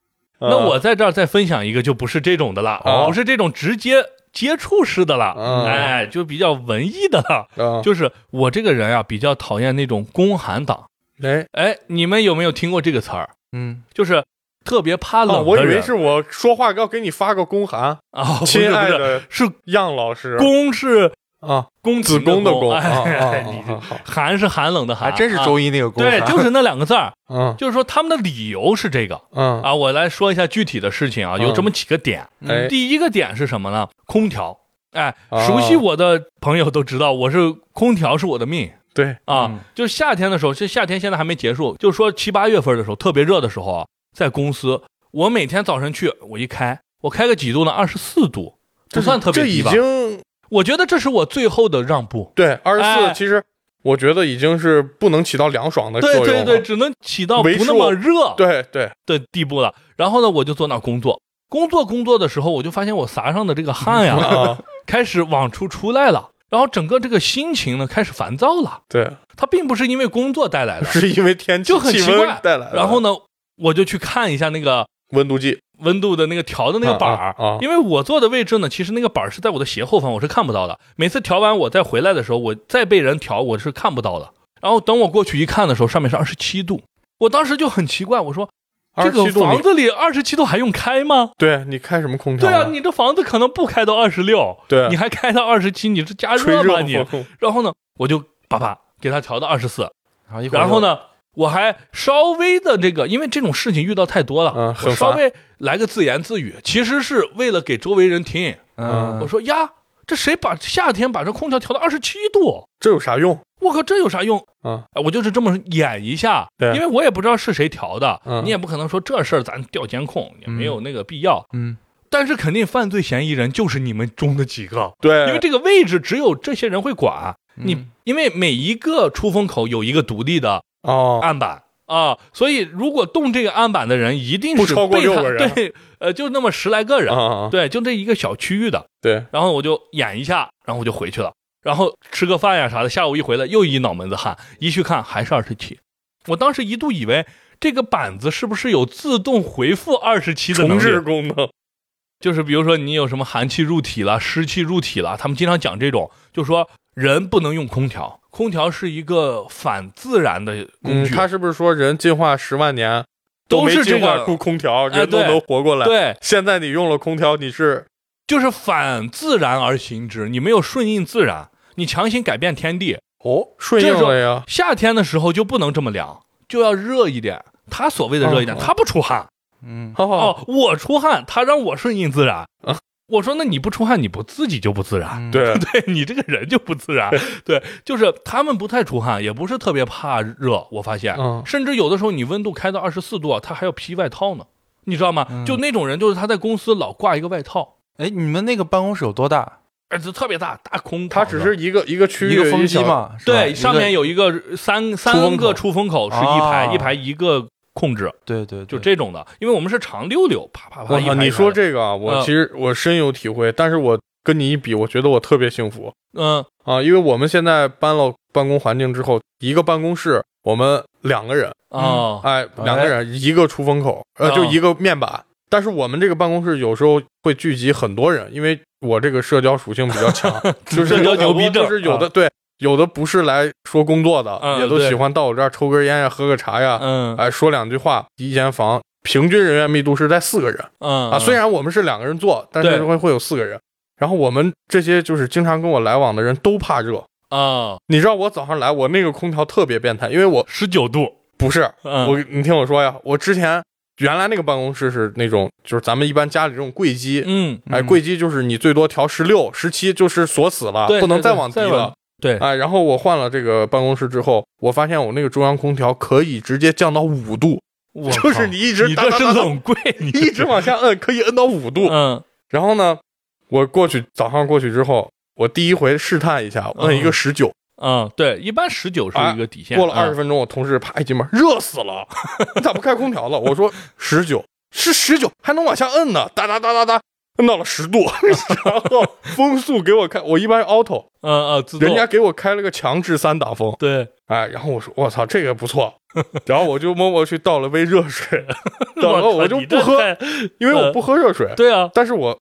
B: 那我在这儿再分享一个，就不是这种的了，
C: 哦
B: 不是这种直接接触式的了，
C: 嗯
B: 哎，就比较文艺的了。
C: 啊，
B: 就是我这个人啊，比较讨厌那种公寒党。
C: 哎，
B: 哎，你们有没有听过这个词儿？
A: 嗯，
B: 就是特别怕
C: 啊
B: 冷
C: 我
B: 的
C: 以
B: 人
C: 为是我说话要给你发个公函，
B: 啊，不是
C: 亲
B: 不
C: 爱
B: 是，
C: 的
B: 是
C: 样老师
B: 公是
C: 啊，
B: 公
C: 子
B: 宫
C: 宫的
B: 宫，
C: 宫啊
B: 哎
C: 啊
B: 你
C: 啊，好
B: 寒是寒冷的寒，
A: 还真是
B: 啊
A: 周一那个功
B: 对，
A: 夫，
B: 就是那两个字儿，
C: 嗯
B: 就是说他们的理由是这个
C: 嗯
B: 啊。我来说一下具体的事情啊，有
C: 嗯
B: 这么几个点。
C: 哎
B: 第一个点是什么呢？空调。哎，
C: 哦
B: 熟悉我的朋友都知道，我是空调是我的命
C: 对
B: 啊。
A: 嗯
B: 就是夏天的时候，这夏天现在还没结束，就说七八月份的时候，特别热的时候啊，在公司，我每天早晨去，我一开，我开个几度呢？二十四度，不算特别
C: 这
B: 低
C: 已
B: 吧？
C: 经
B: 我觉得这是我最后的让步。
C: 对二十
B: 哎
C: 四，其实我觉得已经是不能起到凉爽的哎作
B: 对
C: 用
B: 对对，
C: 了，
B: 只能起到不
C: 维持
B: 那么
C: 我
B: 热
C: 对对，
B: 的地步了。然后呢，我就坐那儿工作，工作工作的时候，我就发现我撒上的这个汗 呀，
C: 啊，
B: 开始往出出来了，然后整个这个心情呢开始烦躁了。
C: 对，
B: 它并不是因为工作带来的，
C: 是因为天气
B: 就很
C: 气
B: 奇
C: 温
B: 怪
C: 带来的，
B: 然后呢，我就去看一下那个
C: 温度计
B: 温度的那个调的那个板儿
C: 啊，啊啊
B: 因为我坐的位置呢，其实那个板儿是在我的斜后方，我是看不到的。每次调完我再回来的时候，我再被人调，我是看不到的。然后等我过去一看的时候，上面是二十七度，我当时就很奇怪，我说这
C: 啊二十
B: 个
C: 七度
B: 房
C: 你，
B: 子里二十七度还用开吗？
C: 对你开什么空调？
B: 对啊，你这房子可能不开到二十六，
C: 对啊
B: 你还开到二十七，你是加
C: 吹
B: 热吗
C: 热
B: 你？
C: 风
B: 然后呢，我就叭叭给他调到二十四，
A: 然后一会儿
B: 然后
A: 就？
B: 呢，我还稍微的这个，因为这种事情遇到太多了，
C: 嗯
B: 我
C: 很
B: 稍
C: 烦
B: 微来个自言自语，其实是为了给周围人听。
A: 嗯，
B: 我说呀，这谁把夏天把这空调调到二十七度？
C: 这有啥用？
B: 我靠，这有啥用？
C: 嗯
B: 哎，我就是这么演一下，
C: 对
B: 因为我也不知道是谁调的，
C: 嗯
B: 你也不可能说这事儿咱调监控，也没有那个必要。
A: 嗯，
B: 但是肯定犯罪嫌疑人就是你们中的几个，
C: 对，
B: 因为这个位置只有这些人会管你
A: 嗯，
B: 因为每一个出风口有一个独立的
C: 哦，
B: 案板啊，所以如果动这个案板的人，一定是
C: 不超过
B: 被他
C: 六个人
B: 对，呃，就那么十来个人，
C: 啊，
B: 对，就这一个小区域的。
C: 对，
B: 然后我就演一下，然后我就回去了，然后吃个饭呀啥的，下午一回来又一脑门子汗，一去看还是二十七，我当时一度以为。这个板子是不是有自动回复二十七的能
C: 重置
B: 力？
C: 功能，
B: 就是比如说你有什么寒气入体了、湿气入体了，他们经常讲这种，就说人不能用空调，空调是一个反自然的工
C: 嗯，
B: 具，
C: 他是不是说人进化十万年
B: 都
C: 没
B: 是这
C: 进化出
B: 个
C: 空调，
B: 哎
C: 人都
B: 对
C: 能活过来？
B: 对，
C: 现在你用了空调，你是
B: 就是反自然而行之，你没有顺应自然，你强行改变天地。
C: 哦顺应
B: 这种
C: 了呀？
B: 夏天的时候就不能这么凉，就要热一点。他所谓的热一点，
C: 哦
B: 他不出汗
A: 嗯，
C: 好好，
B: 哦，我出汗，他让我顺应自然
C: 啊。
B: 我说那你不出汗，你不自己就不自然，
A: 嗯，
C: 对，
B: 啊对 你这个人就不自然。对，就是他们不太出汗，也不是特别怕热，我发现，
C: 嗯
B: 甚至有的时候你温度开到二十四度，啊他还要披外套呢，你知道吗
A: 嗯？
B: 就那种人，就是他在公司老挂一个外套，
A: 哎，你们那个办公室有多大？
B: 而且特别大，大空
C: 它
B: 它
C: 只是一个一个区域
A: 一个风机
C: 小
A: 嘛，是吧
B: 对，上面，有一个三三个出风口是一排，
A: 啊
B: 一排一个控制，
A: 一个对对，
B: 就
A: 对，
B: 这种的。因为我们是长溜溜，啪啪啪
C: 我
B: 一排
C: 靠，
B: 一排的。
C: 哦你说这个啊，我
B: 嗯
C: 其实我深有体会，但是我跟你一比，我觉得我特别幸福
B: 嗯
C: 啊，因为我们现在搬了办公环境之后，一个办公室我们两个人，
B: 啊
C: 哎，两个人一个出风口，呃，
B: 啊
C: 就一个面板。但是我们这个办公室有时候会聚集很多人，因为我这个社交属性比较强，就是
B: 社交牛逼症
C: 就是有的对，有的不是来说工作的，
B: 嗯
C: 也都
B: 对
C: 喜欢到我这儿抽根烟呀、喝个茶呀，
B: 嗯
C: 哎，说两句话。一间房平均人员密度是在四个人。
B: 嗯
C: 啊，虽然我们是两个人坐，但是
B: 对
C: 会会有四个人。然后我们这些就是经常跟我来往的人都怕热。
B: 啊
C: 你知道我早上来，我那个空调特别变态，因为我
B: 十九度，
C: 不是
B: 嗯
C: 我，你听我说呀，我之前原来那个办公室是那种，就是咱们一般家里这种柜机，
B: 嗯
C: 哎，
A: 嗯
C: 柜机就是你最多调十六、十七，就是锁死了，
B: 对
C: 啊不能
B: 对
C: 再
B: 对
C: 往低
B: 再往
C: 了。
B: 对
C: 哎，然后我换了这个办公室之后，我发现我那个中央空调可以直接降到五度，
B: 我靠
C: 就是你一直
B: 你
C: 哒
B: 这
C: 哒
B: 是
C: 哒哒
B: 冷柜， 你
C: 一直往下摁，可以摁到五度。
B: 嗯
C: 然后呢，我过去早上过去之后，我第一回试探一下，我摁一个十九、
B: 嗯，对，一般十九是一个底线。
C: 哎过了二十
B: 嗯
C: 分钟，我同事啪一进门，热死了， 你咋不开空调了？我说十九是十九，还能往下摁呢，哒哒哒哒哒。摁到了十 度，然后风速给我开，我一般是 auto，
B: 嗯嗯，自动
C: 人家给我开了个强制三打风，
B: 对
C: 哎，然后我说我操，这个 不错，然后我就默默去倒了杯热水，倒了
B: 靠
C: 我就
B: 你
C: 不
B: 这
C: 喝，
B: 太 嗯
C: 因为我不喝热水，
B: 对啊，
C: 但是我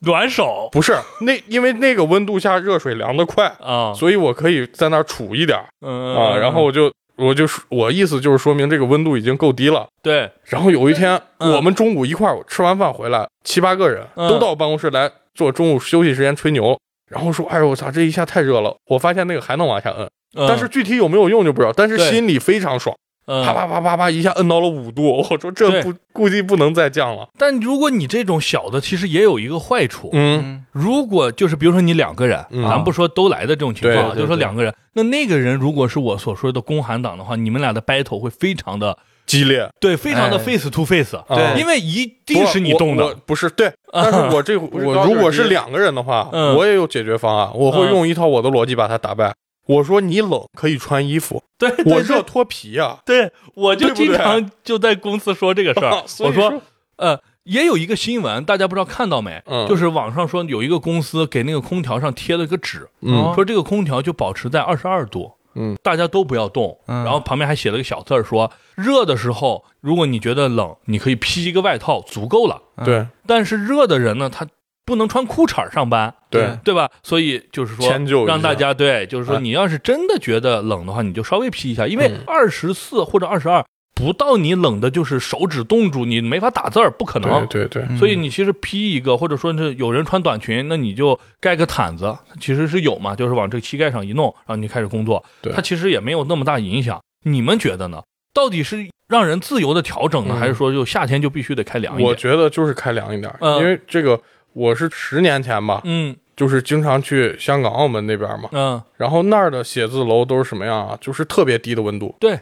B: 暖手
C: 不是那，因为那个温度下热水凉得快，
B: 啊，
C: 所以我可以在那儿杵一点儿
B: 嗯
C: 啊，
B: 嗯
C: 然后我就我就我意思就是说明这个温度已经够低了。
B: 对
C: 然后有一天，
B: 嗯
C: 我们中午一块儿吃完饭回来，七八个人
B: 嗯
C: 都到我办公室来做中午休息时间吹牛，然后说：“哎呦我操，这一下太热了。”我发现那个还能往下摁，
B: 嗯
C: 但是具体有没有用就不知道，但是
B: 对
C: 心里非常爽，
B: 嗯
C: 啪啪啪啪啪一下摁到了五度，我说这
B: 对
C: 不估计不能再降了。
B: 但如果你这种小的，其实也有一个坏处。
C: 嗯，
A: 嗯，
B: 如果就是比如说你两个人，
C: 嗯
B: 咱不说都来的这种情况啊，
C: 对对
B: 就说两个人，那那个人如果是我所说的公韩党的话，你们俩的 battle 会非常的
C: 激烈，啊
B: 对，非常的
A: 哎
B: face to face，、
A: 对
B: 因为一定是你动
C: 不我我
B: 的。
C: 不是对。 但是我这
A: 不是高
C: 我
A: 就是
C: 如果是
A: 低
C: 两个人的话，
B: 嗯
C: 我也有解决方案，我会用一套我的逻辑把他打败。我说你冷可以穿衣服，
B: 对，对对
C: 我热脱皮啊。
B: 对，我就
C: 对不对
B: 经
C: 哦
B: 常就在公司说这个事儿。
C: 所
B: 我
C: 以说
B: 啊说，呃，也有一个新闻，大家不知道看到没？
C: 嗯
B: 就是网上说有一个公司给那个空调上贴了个纸，
A: 嗯
B: 说这个空调就保持在二十二度，
C: 嗯，
B: 大家都不要动。
A: 嗯
B: 然后旁边还写了个小字儿说，热的时候如果你觉得冷，你可以披一个外套，足够了。
C: 对
B: 但是热的人呢，他不能穿裤衩儿上班，
C: 对，
B: 对吧？所以就是说
C: 迁就一下
B: 让大家对，就是说
C: 哎
B: 你要是真的觉得冷的话，你就稍微披一下，因为
C: 嗯
B: 二十四或者二十二不到你冷的，就是手指冻住，你没法打字儿，不可能。
C: 对对对，
A: 嗯
B: 所以你其实披一个，或者说是有人穿短裙，那你就盖个毯子，其实是有嘛，就是往这个膝盖上一弄，然后你就开始工作
C: 对，
B: 它其实也没有那么大影响。你们觉得呢？到底是让人自由的调整呢，
C: 嗯
B: 还是说就夏天就必须得开凉一
C: 我
B: 点？
C: 觉得就是开凉一点，
B: 嗯
C: 因为这个我是十年前吧，
B: 嗯
C: 就是经常去香港、澳门那边嘛，
B: 嗯，
C: 然后那儿的写字楼都是什么样啊？就是特别低的温度，
B: 对，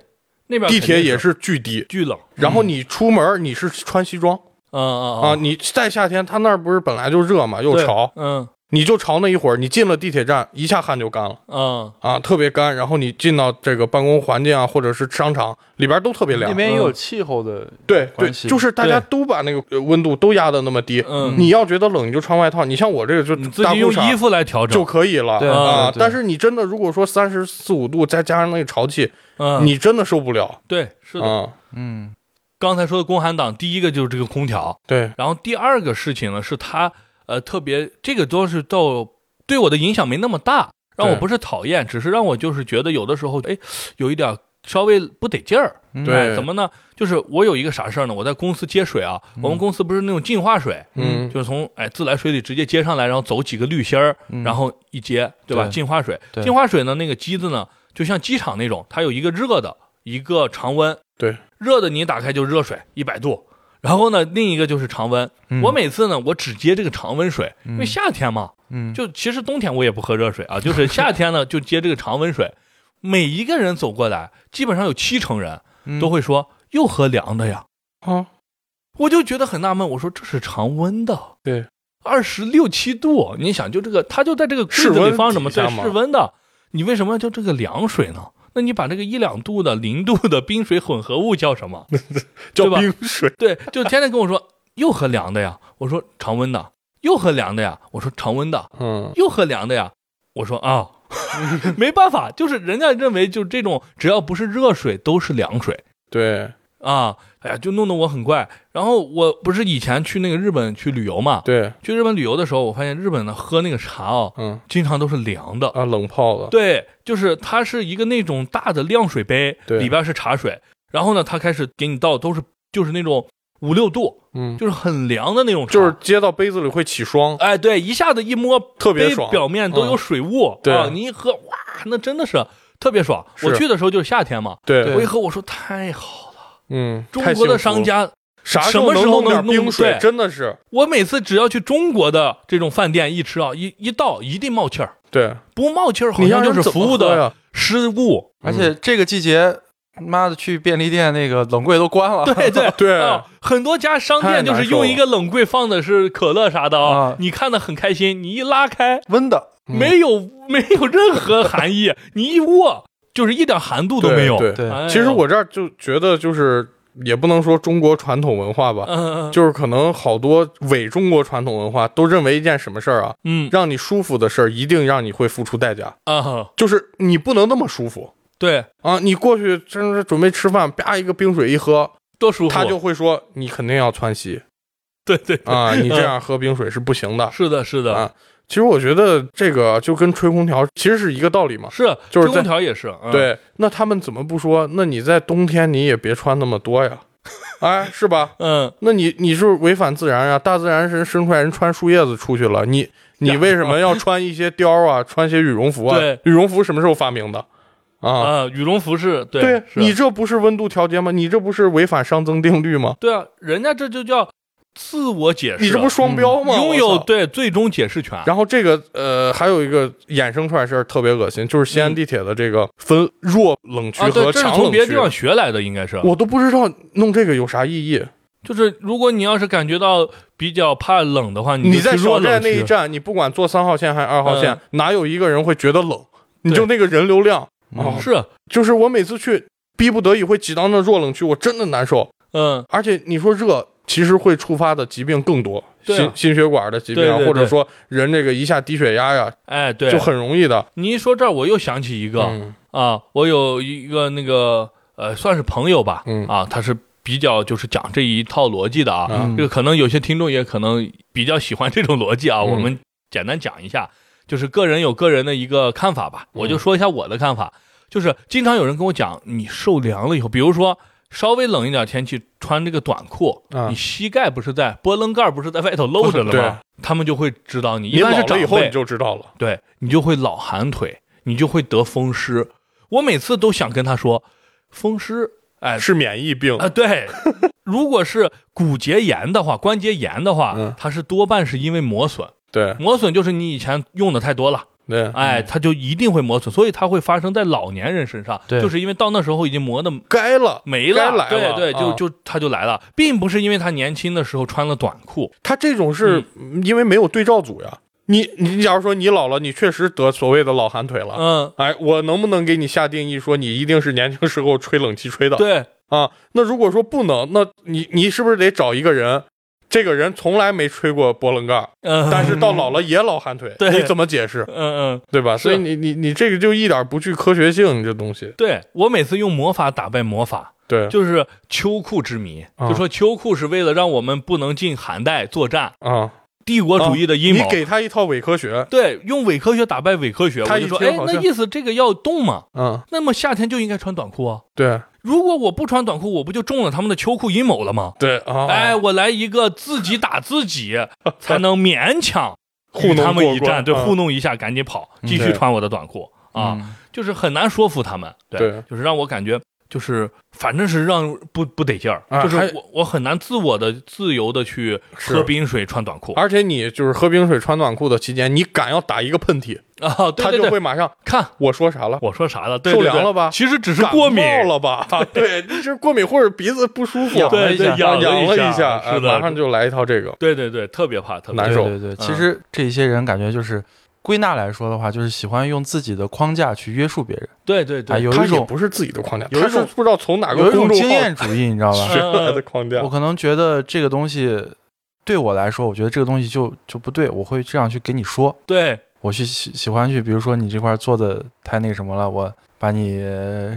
B: 那边
C: 地
B: 肯
C: 铁
B: 定
C: 也
B: 是嗯
C: 是巨低。
B: 巨冷，
C: 然后你出门你是穿西装
B: 嗯嗯
C: 啊，你在夏天，他那儿不是本来就热嘛，又
B: 对
C: 潮，
B: 嗯
C: 你就朝那一会儿，你进了地铁站，一下汗就干了
B: 嗯，
C: 啊，特别干。然后你进到这个办公环境啊，或者是商场里边都特别
A: 那
C: 凉。
A: 边也有气候的，
C: 对对，
A: 关系
C: 就是大家都把那个呃温度都压得那么低。
B: 嗯
C: 你要觉得冷，你就穿外套。你像我这个就
B: 你自
C: 大
B: 己用
C: 裤衩
B: 衣服来调
C: 就
B: 整，
C: 可以了
A: 对
C: 啊
A: 对。对
C: 但是你真的如果说三十四五度，再加上那个潮气，
B: 嗯，
C: 你真的受不了
B: 对是的。
C: 啊。
A: 嗯
B: 刚才说的共产党，第一个就是这个空调，
C: 对，
B: 然后第二个事情呢，是他呃特别这个都是到对我的影响没那么大，让我
C: 对
B: 不是讨厌，只是让我就是觉得有的时候，哎，有一点稍微不得劲儿。
A: 嗯
C: 对
B: 哎怎么呢？就是我有一个啥事儿呢？我在公司接水啊，我们公司不是那种净化水，
C: 嗯，
B: 就是从哎自来水里直接接上来，然后走几个滤芯儿，
A: 嗯
B: 然后一接，对吧？
A: 对
B: 净化水，
A: 对
B: 净化水呢，那个机子呢，就像机场那种，它有一个热的，一个常温。
C: 对，
B: 热的你一打开就是热水，一百度。然后呢，另一个就是常温。
A: 嗯
B: 我每次呢，我只接这个常温水，因为
A: 嗯
B: 夏天嘛，
A: 嗯
B: 就其实冬天我也不喝热水啊，就是夏天呢就接这个常温水。每一个人走过来，基本上有七成人
A: 嗯
B: 都会说、又喝凉的呀，
C: 啊，
B: 我就觉得很纳闷，我说这是常温的，
C: 对，
B: 二十六七度，你想就这个，它就在这个柜子
C: 室温
B: 里放着嘛，
C: 底下
B: 对，
C: 嘛
B: 室温的，你为什么要叫这个凉水呢？那你把这个一两度的、零度的冰水混合物叫什么？
C: 叫
B: 对吧
C: 冰 水，
B: 对，就天天跟我说又喝凉的呀，我说常温的，又喝凉的呀，我说常温的，
C: 嗯，
B: 又喝凉的呀。我说啊，没办法，就是人家认为就这种只要不是热水都是凉水
C: 对
B: 啊，哎呀，就弄得我很怪。然后我不是以前去那个日本去旅游嘛，
C: 对，
B: 去日本旅游的时候，我发现日本的喝那个茶哦，
C: 嗯
B: 经常都是凉的。
C: 啊，冷泡了，
B: 对，就是它是一个那种大的亮水杯，
C: 对
B: 里边是茶水，然后呢，它开始给你倒都是就是那种五六度，
C: 嗯，
B: 就是很凉的那种茶
C: 就是接到杯子里会起霜，
B: 哎，对，一下子一摸
C: 特别
B: 杯
C: 爽嗯
B: 表面都有水雾，
C: 对
B: 啊，你一喝哇，那真的是特别爽。
C: 是
B: 我去的时候就是夏天嘛，
C: 对
A: 对
B: 我一喝我说太好了，
C: 嗯，
B: 中
C: 太
B: 国的
C: 幸福
B: 商
C: 了
B: 家，
C: 啥
B: 什么时候
C: 弄点
B: 能弄
C: 冰水
B: 对，
C: 真的是
B: 我每次只要去中国的这种饭店一吃啊，一一到一定冒气儿，
C: 对，
B: 不冒气儿好
C: 你
B: 像
C: 让
B: 就
C: 人
B: 是
C: 怎么
B: 服务
C: 喝
B: 的
C: 呀，
B: 失 误。
A: 而且
C: 嗯
A: 这个季节，妈的去便利店那个冷柜都关了，
B: 对对
C: 对
B: 啊，很多家商
C: 太
B: 店就
C: 难
B: 是
C: 受
B: 用
C: 了
B: 一个冷柜放的是可乐啥的
A: 啊
B: 你看的很开心，你一拉开，
A: 温的，
C: 嗯
B: 没有没有任何含义， 你一握就是一点寒度都没有。
C: 对，
A: 对
B: 哎呦
C: 其实我这儿就觉得就是也不能说中国传统文化吧，
B: 嗯
C: 就是可能好多伪中国传统文化都认为一件什么事儿啊，
B: 嗯
C: 让你舒服的事儿一定让你会付出代价，
B: 啊，
C: 就是你不能那么舒服。
B: 对，
C: 啊，你过去真是准备吃饭，啪一个冰水一喝，
B: 多舒服。
C: 他就会说你肯定要窜稀
B: 对对对
C: 啊，你这样
B: 嗯
C: 喝冰水是不行的。
B: 是的，是的，
C: 啊其实我觉得这个就跟吹空调其实是一个道理嘛。
B: 是
C: 就
B: 吹
C: 是在
B: 空调也是。嗯、，
C: 对，那他们怎么不说？那你在冬天你也别穿那么 多呀，哎，是吧？
B: 嗯，
C: 那你你是违反自然啊！大自然是伸出来人穿树叶子出去了，你你为什么要穿一些貂 啊，穿些羽绒服啊
B: 对？
C: 羽绒服什么时候发明的？啊，
B: 啊，羽绒服是对，
C: 对
B: 是啊
C: 你这不是温度调节吗？你这不是违反熵增定律吗？
B: 对啊，人家这就叫自我解释，
C: 你这不双标吗？
B: 啊嗯拥
C: 我
B: 有
C: 操。
B: 对最终解释权。
C: 然后这个呃，还有一个衍生出来的事儿特别恶心，就是西安地铁的这个分弱冷区
B: 嗯啊，对，
C: 和
B: 这是
C: 强
B: 从
C: 冷
B: 别的
C: 区
B: 地，方学来的，应该是。
C: 我都不知道弄这个有啥意义。
B: 就是如果你要是感觉到比较怕冷的话，嗯你
C: 你
B: 就
C: 在
B: 去弱
C: 小
B: 冷
C: 站那一
B: 区。
C: 站，你不管坐三号线还是二号线，
B: 嗯
C: 哪有一个人会觉得冷？你
B: 对
C: 就那个人流量，
A: 嗯
C: 哦
B: 是，
C: 就是我每次去，逼不得已会挤到那弱冷区，我真的难受。
B: 嗯，
C: 而且你说热，其实会触发的疾病更多，
B: 对啊
C: 心心血管的疾病
B: 对
C: 啊，
B: 对对
C: 或者说人这个一下低血压呀，
B: 哎，对，
C: 就很容易的。
B: 你一说这儿，我又想起一个、
C: 嗯
B: 啊，我有一个那个呃，算是朋友吧，
C: 嗯
B: 啊，他是比较就是讲这一套逻辑的啊，
C: 嗯
B: 这个可能有些听众也可能比较喜欢这种逻辑啊，
C: 嗯
B: 我们简单讲一下，就是个人有个人的一个看法吧，我就说一下我的看法，就是经常有人跟我讲，你受凉了以后，比如说。稍微冷一点天气，穿这个短裤，
C: 啊
B: 你膝盖不是在波棱盖不是在外头露着了
C: 对
B: 吗？他们就会指导你。
C: 你
B: 一般
C: 老
B: 是长
C: 了
B: 辈
C: 以后你就知道了。
B: 对你就会老寒腿，你就会得风湿。我每次都想跟他说，风湿，哎，
C: 是免疫病
B: 啊、，对，如果是骨节炎的话，关节炎的话，
C: 嗯
B: 它是多半是因为磨损，
C: 对
B: 磨损就是你以前用的太多了，
C: 对，
B: 哎，它就一定会磨损，所以它会发生在老年人身上，
A: 对
B: 就是因为到那时候已经磨的
C: 该了。
B: 没
C: 该
B: 了，
C: 来了
B: 对对，
C: 啊
B: 就就它就来了，并不是因为他年轻的时候穿了短裤，
C: 他这种是
B: 嗯
C: 因为没有对照组呀。你你假如说你老了，你确实得所谓的老寒腿了，
B: 嗯，
C: 哎，我能不能给你下定义说你一定是年轻时候吹冷气吹的？
B: 对，
C: 啊，那如果说不能，那你你是不是得找一个人？这个人从来没吹过波棱盖儿，
B: 嗯，
C: 但是到老了也老寒腿，
B: 对
C: 你怎么解释？
B: 嗯嗯。
C: 对吧？
B: 是
C: 所以你你你这个就一点不具科学性，你这东西。
B: 对我每次用魔法打败魔法，
C: 对
B: 就是秋裤之谜，
C: 啊
B: 就说秋裤是为了让我们不能进寒带作战，
C: 啊，
B: 帝国主义的阴
C: 你
B: 谋。
C: 给他一套伪科学，
B: 对，用伪科学打败伪科学，
C: 他
B: 我就
C: 一
B: 说，
C: 听
B: 哎，
C: 好
B: 那
C: 像
B: 意思这个要动嘛？
C: 嗯，
B: 那么夏天就应该穿短裤啊。
C: 对
B: 如果我不穿短裤，我不就中了他们的秋裤阴谋了吗？
C: 对啊，
B: 哎，我来一个自己打自 己，才能勉强
C: 糊弄
B: 与他们一
C: 过
B: 战，
C: 关
B: 对，
C: 嗯
B: 糊弄一下，赶紧跑，继续
C: 对
B: 穿我的短裤啊，
A: 嗯
B: 就是很难说服他们。
C: 对
B: 就是让我感觉就是反正是让不不得劲儿，
C: 啊
B: 就是
C: 还
B: 我我很难自我的自由的去
C: 是啊
B: 喝冰水穿短裤
C: 而且你就是喝冰水穿短裤的期间，你敢要打一个喷嚏，
B: 啊，对
C: 他
B: 对
C: 就
B: 对，
C: 会马上
B: 看
C: 我说啥了，
B: 我说啥了，对
C: 受
B: 对对
C: 凉了吧
B: 其实只是
C: 啊感
B: 过敏
C: 冒了吧？ 对，你是过敏或者鼻子不舒服，
A: 痒了
B: 对
A: 一
B: 对
A: 下
C: 啊
B: 痒
C: 痒了
B: 一
C: 下，哎
B: 是的，
C: 马上就来一套这个，
B: 对对对，特别怕，特别
C: 难
B: 怕
A: 对
C: 受
A: 对对，其实这些人感觉就是归纳来说的话，就是喜欢用自己的框架去约束别人，
B: 对对对，
A: 哎，有
C: 他
A: 一
C: 也
A: 种
C: 不是自己的框架，
A: 有一
C: 他是
A: 种
C: 不知道从哪
A: 有
C: 个
A: 一种
C: 公众
A: 经
C: 号啊
A: 验主义，你知道吧？
C: 学来的框架
A: 我，可能觉得这个东西对我来说，我觉得这个东西就就不对，我会这样去给你说，
B: 对
A: 我去喜喜欢去，比如说你这块做的太那个什么了，我把你呃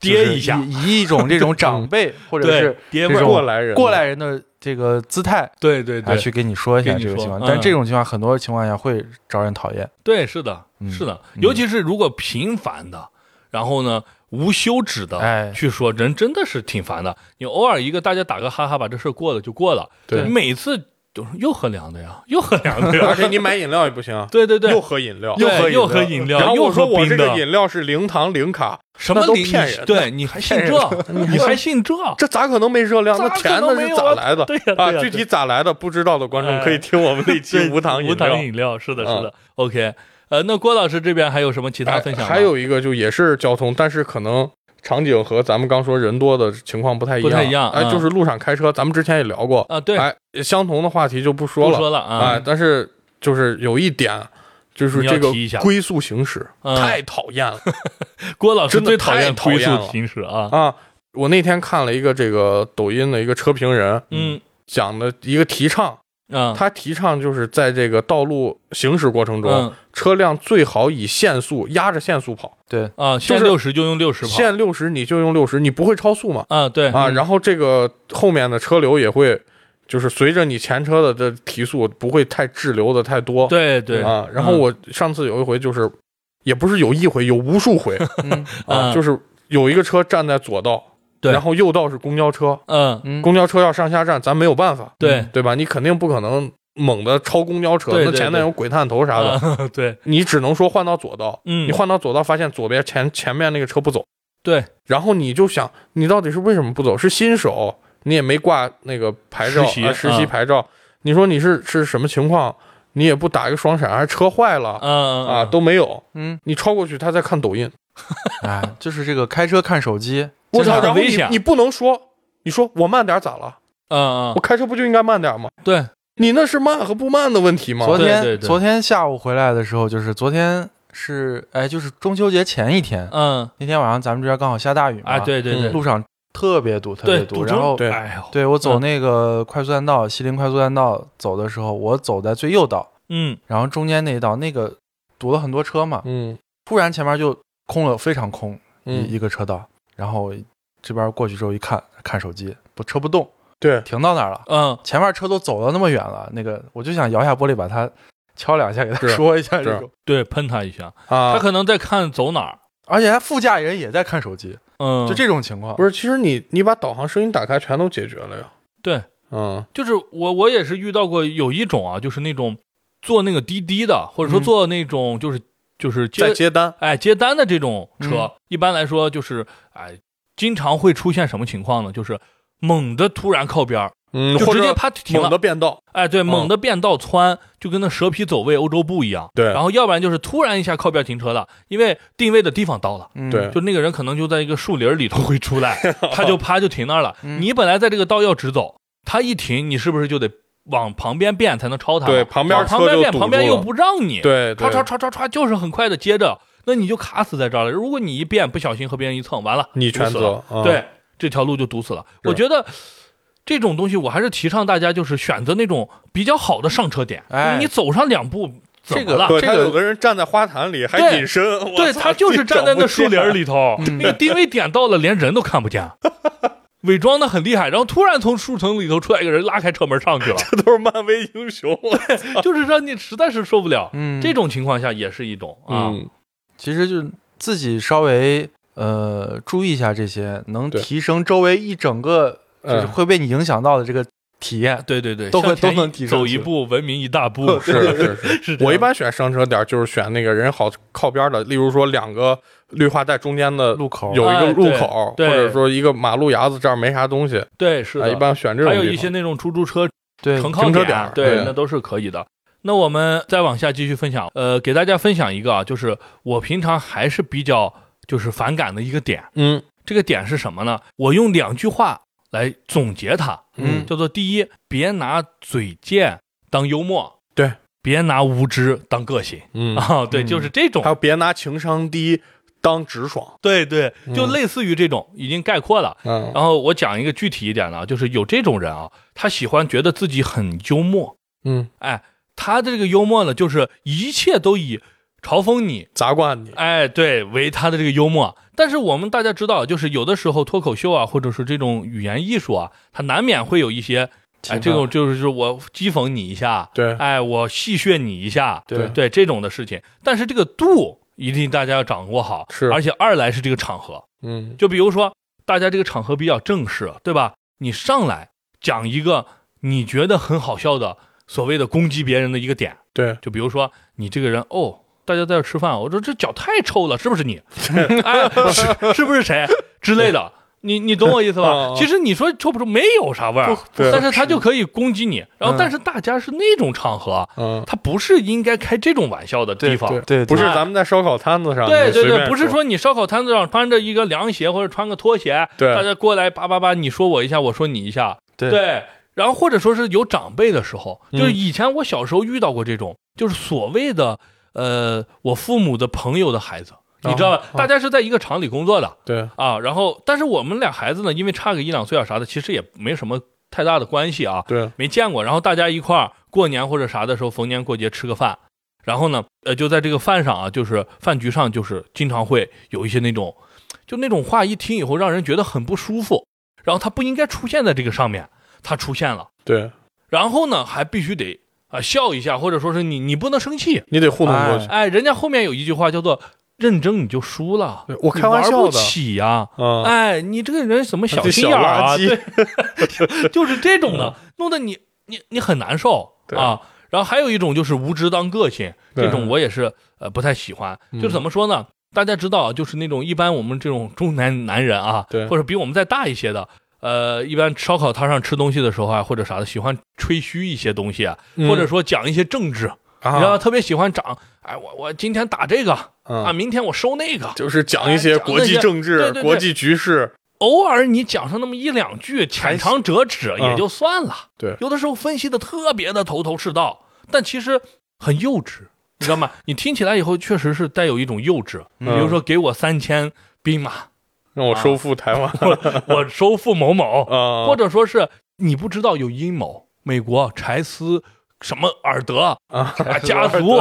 A: 就是
B: 跌一下
A: 以以一种这种长 辈或者
B: 对
A: 是
B: 爹
A: 这
B: 味儿
A: 种
C: 过来人，
A: 过来人的这个姿态
B: 对对
A: 来
B: 对
A: 去给你说一下
B: 给你
A: 这个
B: 说
A: 情况，
B: 嗯
A: 但这种情况很多情况下会招人讨厌。
B: 对，是的，
A: 嗯
B: 是的，
A: 嗯
B: 尤其是如果频繁的，然后呢无休止的
A: 哎
B: 去说，人真的是挺烦的。你偶尔一个大家打个哈哈，把这事儿过了就过了。
C: 对
B: 你每次都是又喝凉的呀， 又喝凉的
C: 而
B: 呀。
C: 且你买饮料也不行，啊
B: 对对对，
C: 又喝饮料，
B: 对
C: 喝
B: 又
C: 又
B: 喝饮料
C: 然后
B: 又
C: 我说
B: 喝
C: 我
B: 冰
C: 这
B: 的
C: 个饮料是零糖零卡，
B: 什么
C: 那都
B: 你
C: 骗人的
B: 对，你还信这？ 你还信这？
C: 这咋可能没热量？
B: 咋
C: 那
B: 可
C: 甜
B: 能
C: 的
B: 没有
C: 是
B: 啊
C: 咋来的？
B: 对呀 对呀
C: 啊，
B: 对
C: 具体咋来的不知道的观众
B: 哎
C: 可以听我们那 期
B: 对
C: 无糖饮
B: 无
C: 料嗯
B: 糖。饮料，是的，是的。OK，呃，那郭老师这边还有什么其他
C: 哎
B: 分享吗？
C: 还有一个就也是交通，但是可能场景和咱们刚说人多的情况不太一
B: 不
C: 样。
B: 太一样
C: 哎，
B: 嗯
C: 就是路上开车，咱们之前也聊过。
B: 啊，对，
C: 哎，相同的话题就不说
B: 不
C: 了。
B: 说了
C: 哎
B: 啊，，
C: 但是就是有一点。就是
B: 你要
C: 这个
B: 提一下
C: 龟速行驶
B: 嗯
C: 太讨厌 了
B: 郭老师
C: 真的
B: 最讨
C: 太
B: 厌
C: 讨
B: 龟
C: 厌
B: 速
C: 了
B: 行驶啊。
C: 啊！我那天看了一个这个抖音的一个车评人
B: 嗯
C: 讲的一个提倡，
B: 啊，
C: 他提倡就是在这个道路行驶过程中，
B: 嗯
C: 车辆最好以限速压着限速跑，
A: 对，
B: 啊，限
C: 是
B: 六十就用六十跑。
C: 限六十你就用六十，你不会超速嘛？
B: 啊，对
C: 啊，
A: 嗯
C: 然后这个后面的车流也会，就是随着你前车的这提速不会太滞留的太多。
B: 对对嗯
C: 啊，然后我上次有一回就是，也不是有一回，有无 数回
A: 嗯
B: 嗯
C: 啊，就是有一个车站在左道，
B: 对
C: 然后右道是公交车，
B: 嗯，
A: 嗯，
C: 公交车要上下站，咱没有办法，嗯
B: 对
C: 对吧？你肯定不可能猛的超公交车，
B: 对
C: 那
B: 对
C: 前
B: 对
C: 面有鬼探头啥的，
B: 啊 对，
C: 你只能说换到左道。
B: 嗯
C: 你换到左道，发现左边前前面那个车不走，
B: 对，
C: 然后你就想，你到底是为什么不走？是新手，你也没挂那个牌照，
B: 实习
C: 啊实习
B: 嗯
C: 牌照，你说你是是什么情况？你也不打一个双闪，还是车坏了、
B: 嗯
C: 啊？都没有，
A: 嗯，
C: 你超过去，他在看抖音，
A: 哎，就是这个开车看手机，
C: 我
B: 真的
C: 操！
B: 很
C: 然后
B: 危
C: 你
B: 险
C: 你不能说，你说我慢点咋了？
B: 嗯
C: 我
B: 嗯，
C: 开车不就应该慢点吗？
B: 对，
C: 你那是慢和不慢的问题吗？
A: 昨天
B: 对对对
A: 昨天下午回来的时候，就是昨天是哎，就是中秋节前一天，
B: 嗯
A: 那天晚上咱们这边刚好下大雨嘛，
B: 啊，，对对对
C: 嗯
A: 路上特别堵，特别
B: 对，
A: 堵。
B: 赌
A: 然
B: 城
A: 后，
C: 对
B: 哎呦，
A: 对我走
B: 嗯
A: 那个快速弹道，西林快速弹道走的时候，我走在最右道，
B: 嗯
A: 然后中间那一道那个堵了很多车嘛，
C: 嗯
A: 突然前面就空了，非常空一
C: 嗯，
A: 一个车道，然后我这边过去之后一看，看手机，不车不动，
C: 对，
A: 停到那儿了。
B: 嗯，
A: 前面车都走到那么远了，那个我就想摇下玻璃把它敲两下，给他
C: 是
A: 说一下这
C: 是
A: 种。
B: 对，喷他一下，他
C: 啊，
B: 可能在看走哪儿，
A: 而且他副驾人也在看手机，
B: 嗯，
A: 就这种情况。
C: 不是，其实你你把导航声音打开，全都解决了呀。
B: 对，
C: 嗯，
B: 就是我我也是遇到过有一种啊，就是那种坐那个滴滴的，或者说
A: 嗯
B: 坐那种就是就是
C: 在
B: 接
C: 接单，
B: 哎接单的这种车
A: 嗯，
B: 一般来说就是哎，经常会出现什么情况呢？就是猛的突然靠边儿，
C: 嗯，
B: 就
C: 或
B: 直接
C: 者
B: 啪停
C: 猛
B: 了
C: 的，变道，
B: 哎，对，猛地变道窜，就跟那蛇皮走位欧洲步一样。
C: 对
B: 然后要不然就是突然一下靠边停车了，因为定位的地方到了，
A: 嗯
C: 对
B: 就那个人可能就在一个树林儿里头会出来，他就啪就停那儿了。
A: 嗯
B: 你本来在这个道要直走，他一停，你是不是就得往旁边变才能超他嘛？
C: 对旁边
B: 往旁
C: 车
B: 边
C: 就
B: 变，
C: 堵
B: 旁边
C: 住
B: 又
C: 了
B: 不让你，，
C: 对，
B: 唰
C: 对
B: 唰唰唰唰，就是很快的接着，那你就卡死在这儿了。如果你一变不小心和别人一蹭，完了，
C: 你
B: 堵
C: 全
B: 死了
C: 责，嗯
B: 对，啊这条路就堵死了。
C: 是
B: 我觉得这种东西，我还是提倡大家就是选择那种比较好的上车点，
A: 哎
B: 你走上两步怎么
A: 这个
B: 了？
C: 对，
A: 这
C: 他
A: 个
C: 有个人站在花坛里还
B: 对
C: 隐身，我
B: 对
C: 操
B: 他就是站在那树林，
C: 你
B: 里头，
A: 嗯
B: 那个定位点到了，连人都看不见。伪装的很厉害，然后突然从树丛里头出来一个人，拉开车门上 去了，
C: 这 都是漫威英雄。
B: 就是让你实在是受不了。
A: 嗯，
B: 这种情况下也是一种 啊，
C: 嗯，
A: 其实就是自己稍微呃注意一下这些，能
C: 对
A: 提升周围一整个就是
C: 嗯
A: 会被你影响到的这个体验。
B: 对对对，
A: 都会
B: 向前
A: 都能提上去
B: 走一步，文明一大 步，
C: 是嗯是是。
B: 是这样的
C: 我一般选上车点儿就是选那个人好靠边儿的，例如说两个绿化带中间的
A: 路口
C: 有一
B: 哎
C: 个路
B: 对
C: 口，
B: 对
C: 或者说一个马路牙子这儿没啥东西，
B: 对是
C: 啊，
B: 的，
C: 一般选这种
B: 还有
C: 地方。
B: 一些那种出租车
A: 对，
B: 停靠
C: 停车点
B: 点
C: 儿，
B: 对
C: 对，
B: 那都是可以的。那我们再往下继续分享，呃，给大家分享一个啊，就是我平常还是比较就是反感的一个点，
C: 嗯
B: 这个点是什么呢？我用两句话来总结它，
A: 嗯
B: 叫做第一，别拿嘴贱当幽默，
C: 对，
B: 别拿无知当个性
C: 嗯，
B: 啊，对，
A: 嗯
B: 就是这种
C: 还，有别拿情商低当直爽。
B: 对对，就
C: 嗯
B: 类似于这种，已经概括了。
C: 嗯
B: 然后我讲一个具体一点的啊，就是有这种人啊，他喜欢觉得自己很幽默，
C: 嗯，
B: 哎，他的这个幽默呢，就是一切都以嘲讽你，
C: 砸惯你。
B: 哎，对，为他的这个幽默。但是我们大家知道，就是有的时候脱口秀啊，或者是这种语言艺术啊，它难免会有一些，哎，
A: 情
B: 这
A: 况
B: 种就是说我讥讽你一下，
C: 对
B: 哎，我戏谑你一下，
A: 对
B: 对这种的事情。但是这个度一定大家要掌握好，
C: 是
B: 而且二来是这个场合，
C: 嗯
B: 就比如说，大家这个场合比较正式，对吧？你上来讲一个你觉得很好笑的所谓的攻击别人的一个点，
C: 对，
B: 就比如说你这个人哦，大家在这吃饭，我说这脚太臭了，是不是你？ 哎，是是不是谁之类的？你你懂我意思吧
C: 哦？
B: 其实你说臭不臭没有啥味儿，
C: 对
B: 但是他就可以攻击你。然后，但是大家是那种场合，
C: 嗯，
B: 他不是应该开这种玩笑的地方。
A: 对对，
C: 不是
B: 哎
C: 咱们在烧烤摊子上，
B: 对
C: 你随
B: 对
C: 便
B: 对，不是说你烧烤摊子上穿着一个凉鞋或者穿个拖鞋，
C: 对
B: 大家过来叭叭叭，你说我一下，我说你一下，
A: 对
B: 然后或者说是有长辈的时候，
C: 嗯
B: 就是以前我小时候遇到过这种，就是所谓的呃，我父母的朋友的孩子，
C: 哦
B: 你知道吧？大家是在一个厂里工作的
C: 对，
B: 啊，然后但是我们俩孩子呢，因为差个一两岁啊啥的，其实也没什么太大的关系啊，
C: 对
B: 没见过，然后大家一块儿过年或者啥的时候，逢年过节吃个饭，然后呢，呃，就在这个饭上啊，就是饭局上，就是经常会有一些那种，就那种话一听以后让人觉得很不舒服，然后它不应该出现在这个上面，它出现了，
C: 对，
B: 然后呢，还必须得啊、笑一下，或者说是你你不能生气，
C: 你得糊弄过去。
B: 哎，人家后面有一句话叫做“认真你就输了
C: 哎对”，我
B: 你
C: 开玩笑
B: 玩不
C: 的，
B: 起呀、
C: 嗯，
B: 哎，你这个人怎么小
C: 这
B: 心
C: 小
B: 眼儿啊？
C: 垃圾
B: 对， 就是这种的，弄得你你你很难受
C: 嗯对
B: 啊。然后还有一种就是无知当个性，
C: 对
B: 这种我也是呃不太喜欢。
C: 嗯
B: 就是怎么说呢？大家知道，就是那种一般我们这种中年男人啊，
C: 对
B: 或者比我们再大一些的，呃，一般烧烤摊上吃东西的时候啊，或者啥的，喜欢吹嘘一些东西啊，
C: 嗯
B: 或者说讲一些政治，
C: 啊
B: 然后特别喜欢讲，哎，我我今天打这个啊，
C: 嗯，
B: 明天我收那个，
C: 就是讲一些
B: 哎讲
C: 国
B: 那
C: 际
B: 些
C: 政
B: 对
C: 治
B: 对、对
C: 国际局势，
B: 偶尔你讲上那么一两句浅尝辄止
C: 还行
B: 也就算了。
C: 嗯对
B: 有的时候分析的特别的头头是道，但其实很幼稚，你知道 吗？你听起来以后确实是带有一种幼稚。比
A: 嗯
B: 如说，给我三千兵马，
C: 让我收复台湾
B: 我收复某某，
C: 啊，
B: 啊或者说是你不知道有阴谋，美国柴斯什么尔德
C: 啊
B: 啊家 族。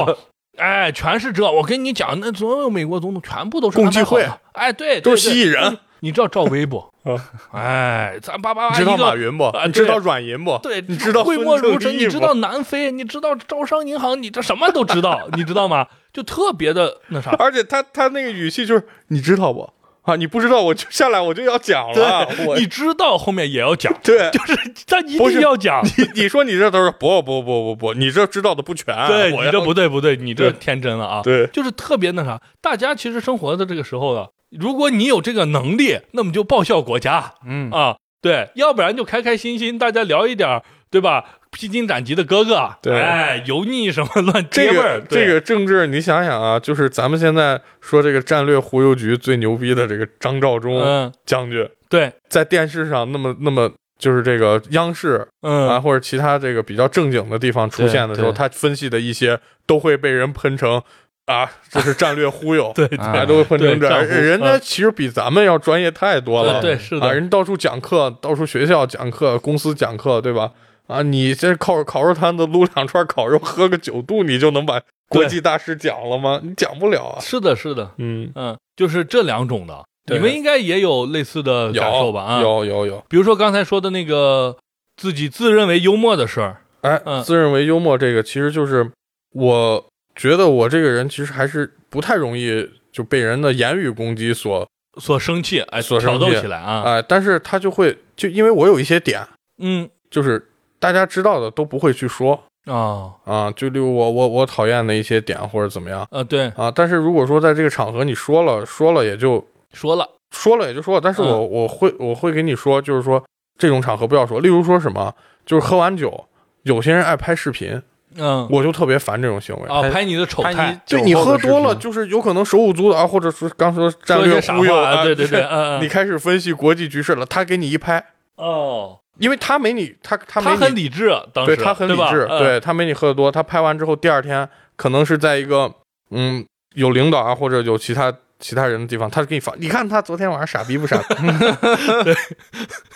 B: 哎，全是这！我跟你讲，那所有美国总统全部都是
C: 共济会
B: 安排好的，哎，对，
C: 都是
B: 对
C: 蜥蜴人，
B: 你知道赵薇不
C: 啊？
B: 哎，咱叭叭
C: 你
B: 叭，
C: 知道
B: 一个
C: 马云不
B: 啊？
C: 你知
B: 对
C: 道软银不？
B: 对，
C: 你知道
B: 讳
C: 孙
B: 莫
C: 正
B: 如深，
C: 义
B: 你知
C: 不
B: 道南非，你知道招商银行，你这什么都知 道，你知道吗？就特别的那啥，
C: 而且他他那个语气就是你知道不？啊，你不知道我就下来我就要讲了，我
B: 你知道后面也要 讲，
C: 对
B: 就是他一
C: 不是
B: 定要讲。
C: 你你说你这都是不不不不不，你这知道的不全，啊
B: 对
C: 哎我
B: 你
C: 要
B: 这不对不对，你这
C: 对
B: 天真了啊！
C: 对
B: 就是特别那啥，大家其实生活的这个时候啊，如果你有这个能力，那么就报效国家
A: 嗯，
B: 啊，对，要不然就开开心心，大家聊一点儿，对吧？披荆斩棘的哥哥，
C: 对
B: 哎，油腻什么乱
C: 这
B: 接味儿
C: 个，
B: 对
C: 这个政治，你想想啊，就是咱们现在说这个战略忽悠局最牛逼的这个张召忠
B: 嗯，
C: 将军，
B: 对，
C: 在电视上那么那么。就是这个央视
B: 嗯，
C: 啊，或者其他这个比较正经的地方出现的时候，
A: 对对
C: 他分析的一些都会被人喷成啊，这是战略忽悠
B: 对对
A: 啊
C: 大家都会喷成这样。
B: 对战
C: 人
B: 俘
C: 家其实比咱们要专业太多了，
B: 呃对是
C: 啊，
B: 的，
C: 人到处讲课，到处学校讲课，公司讲课，对吧？啊，你这烤烤肉摊子撸两串烤肉，喝个酒度，你就能把
B: 嗯
C: 国际大师讲了吗？你讲不了啊。
B: 是的，是的，
C: 嗯
B: 嗯，就是这两种的。你们应该也有类似的
C: 嗯有
B: 感受吧？啊，
C: 有有有，
B: 比如说刚才说的那个自己自认为幽默的事儿，
C: 哎，
B: 嗯
C: 自认为幽默这个，其实就是我觉得我这个人其实还是不太容易就被人的言语攻击所
B: 所生气，哎，
C: 所生
B: 挑
C: 气
B: 逗起来啊，
C: 哎，但是他就会就因为我有一些点，
B: 嗯，
C: 就是大家知道的都不会去说
B: 哦，
C: 啊，就例如我我我讨厌的一些点或者怎么样
B: 呃，对，
C: 啊，但是如果说在这个场合你说了说了也就
B: 说了，
C: 说了也就说了，但是
B: 嗯
C: 我、我会我会给你说，就是说这种场合不要说，例如说什么就是喝完酒，有些人爱拍视频，
B: 嗯，
C: 我就特别烦这种行为
B: 啊，
A: 拍
B: 拍你的丑
A: 拍你
B: 态，
C: 就
A: 酒
C: 你
A: 后的
C: 喝
A: 视
C: 多
A: 频
C: 了，就是有可能手舞足蹈，或者说刚说战
B: 说一
C: 略
B: 些傻
C: 忽悠，
B: 话，对
C: 啊
B: 对对，，嗯，
C: 你
B: 嗯
C: 开始分析国际局势了，他给你一拍，
B: 哦，
C: 因为他没你，他他
B: 他
C: 没
B: 很
C: 你，
B: 理智，当时
C: 对他很理
B: 吧
C: 智，
B: 嗯
C: 对他没你喝的多，他拍完之后第二天可能是在一个嗯有领导啊或者有其他其他人的地方，他给你发，你看他昨天晚上傻逼不傻 逼？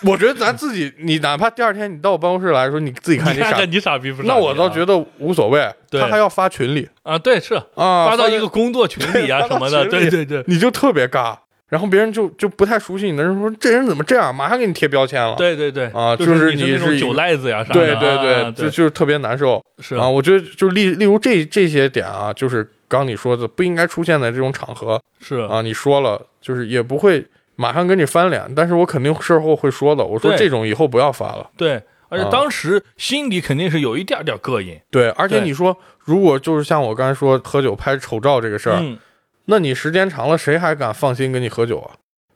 C: 我觉得咱自己，你哪怕第二天你到我办公室来说，你自己看
B: 你
C: 你傻
B: 看，看你傻逼不傻逼啊？
C: 那我倒觉得无所谓，
B: 对
C: 他还要发群里
B: 啊，对，是
C: 啊，
B: 发到一
C: 个。
B: 个工作群里啊
C: 对
B: 什么的，
C: 发到群
B: 对
C: 里
B: 对对
C: 你就特别尬，然后别人就就不太熟悉你的人说这人怎么这样，马上给你贴标签了。
B: 对对对，
C: 啊
B: 就
C: 就是
B: 你
C: 你
B: 那种
C: 是一
B: 酒赖子呀啥的，
C: 对对
B: 啊啊
C: 对，就就是特别难受
B: 是
C: 啊！我觉得就例例如这这些点啊，就是刚你说的不应该出现在这种场合
B: 是，
C: 啊，你说了就是也不会马上跟你翻脸，但是我肯定事后会说的，我说
B: 对
C: 这种以后不要发了。
B: 对，而且
C: 啊
B: 当时心里肯定是有一点点膈应，
C: 对，而且
B: 对
C: 你说如果就是像我刚才说喝酒拍丑照这个事儿，
B: 嗯，
C: 那你时间长了谁还敢放心跟你喝酒啊？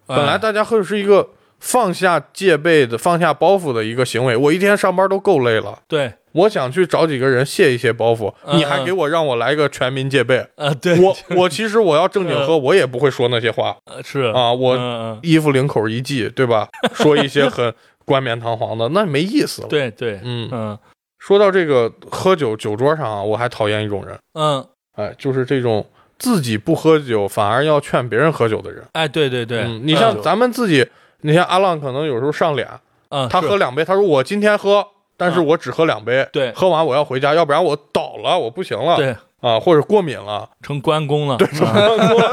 C: 本来
B: 哎
C: 大家喝酒是一个放下戒备的、放下包袱的一个行为。我一天上班都够累了，
B: 对，
C: 我想去找几个人卸一卸包袱，
B: 嗯
C: 你还给我让我来个全民戒备。
B: 呃， 对，
C: 我我其实我要正经喝，我也不会说那些话
B: 呃是
C: 啊，
B: 嗯
C: 我
B: 嗯
C: 衣服领口一系，对吧？说一些很冠冕堂皇的，那没意思了。
B: 对对，
C: 嗯，
B: 嗯
C: 说到这个喝酒酒桌上啊，我还讨厌一种人，
B: 嗯，
C: 哎，就是这种自己不喝酒反而要劝别人喝酒的人。
B: 哎，对对对，
C: 嗯，你
B: 嗯
C: 像咱们自己，你像阿浪可能有时候上脸。
B: 嗯，
C: 他
B: 是啊
C: 喝两杯，他说我今天喝，但是我只喝两杯，
B: 对
C: 喝完我要回家，要不然我倒了，我不行了，
B: 对
C: 啊，或者过敏了，
B: 成关公了，对，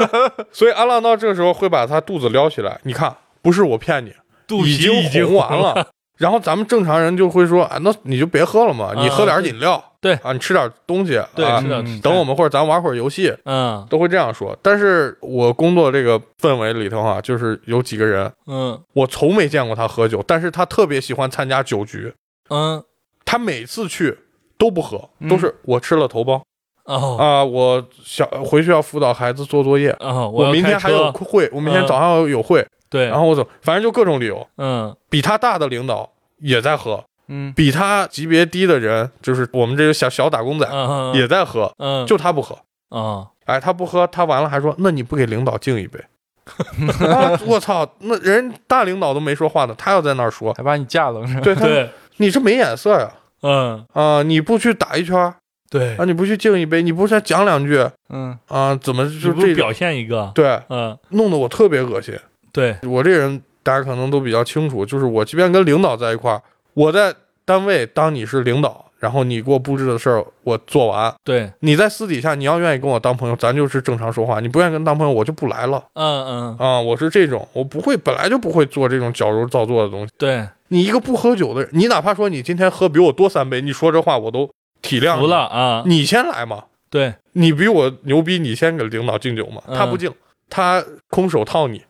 C: 所以阿浪到这个时候会把他肚子撩起来，你看，不是我骗你，
B: 肚皮
C: 已经
B: 经
C: 红完，了。 然后咱们正常人就会说啊，那你就别喝了嘛，
B: 啊
C: 你喝点饮料，
B: 对
C: 啊，你吃点东西，
B: 对，
C: 啊
B: 是，的，
A: 嗯
B: 是的
C: 等我，们或者咱玩会儿游戏，
B: 嗯
C: 都会这样说。但是我工作这个氛围里头啊，就是有几个人，
B: 嗯
C: 我从没见过他喝酒，但是他特别喜欢参加酒局，
B: 嗯，
C: 他每次去都不喝，
A: 嗯
C: 都是我吃了头孢
B: 哦
C: 啊、我想回去要辅导孩子做作业，
B: 哦，
C: 我
B: 要
C: 明天
B: 开
C: 还有
B: 车
C: 会，我明天
B: 嗯
C: 早上有会，
B: 对，
C: 然后我走，反正就各种理由。
B: 嗯
C: 比他大的领导也在喝，
A: 嗯，
C: 比他级别低的人，就是我们这些小小打工仔、
B: 嗯
C: 也在喝，
B: 嗯
C: 就他不喝。
B: 啊
C: 哎，他不喝，他完了还说，那你不给领导敬一杯？ 啊我操，那人大领导都没说话呢，他要在那 儿说，
A: 还把你架了是吧？
C: 对他，
B: 对，
C: 你这没眼色呀！
B: 嗯
C: 啊、你不去打一圈儿
B: 对
C: 啊，，你不去敬一杯，你不是再讲两句，
A: 嗯，
C: 啊，怎么
B: 你
C: 就
B: 不
C: 这
B: 表现一个，
C: 对，
B: 嗯
C: 弄得我特别恶心。
B: 对，
C: 我这人大家可能都比较清楚，就是我即便跟领导在一块儿，我在单位当你是领导，然后你给我布置的事儿我做完，
B: 对，
C: 你在私底下你要愿意跟我当朋友，咱就是正常说话；你不愿意跟当朋友，我就不来了
B: 嗯嗯，
C: 啊。我是这种，我不会本来就不会做这种矫揉造作的东西。
B: 对，
C: 你一个不喝酒的人，你哪怕说你今天喝比我多三杯，你说这话我都体谅
B: 服
C: 你
B: 了。啊，
C: 你先来嘛，
B: 对，
C: 你比我牛逼，你先给领导敬酒嘛。
B: 嗯
C: 他不敬，他空手套你，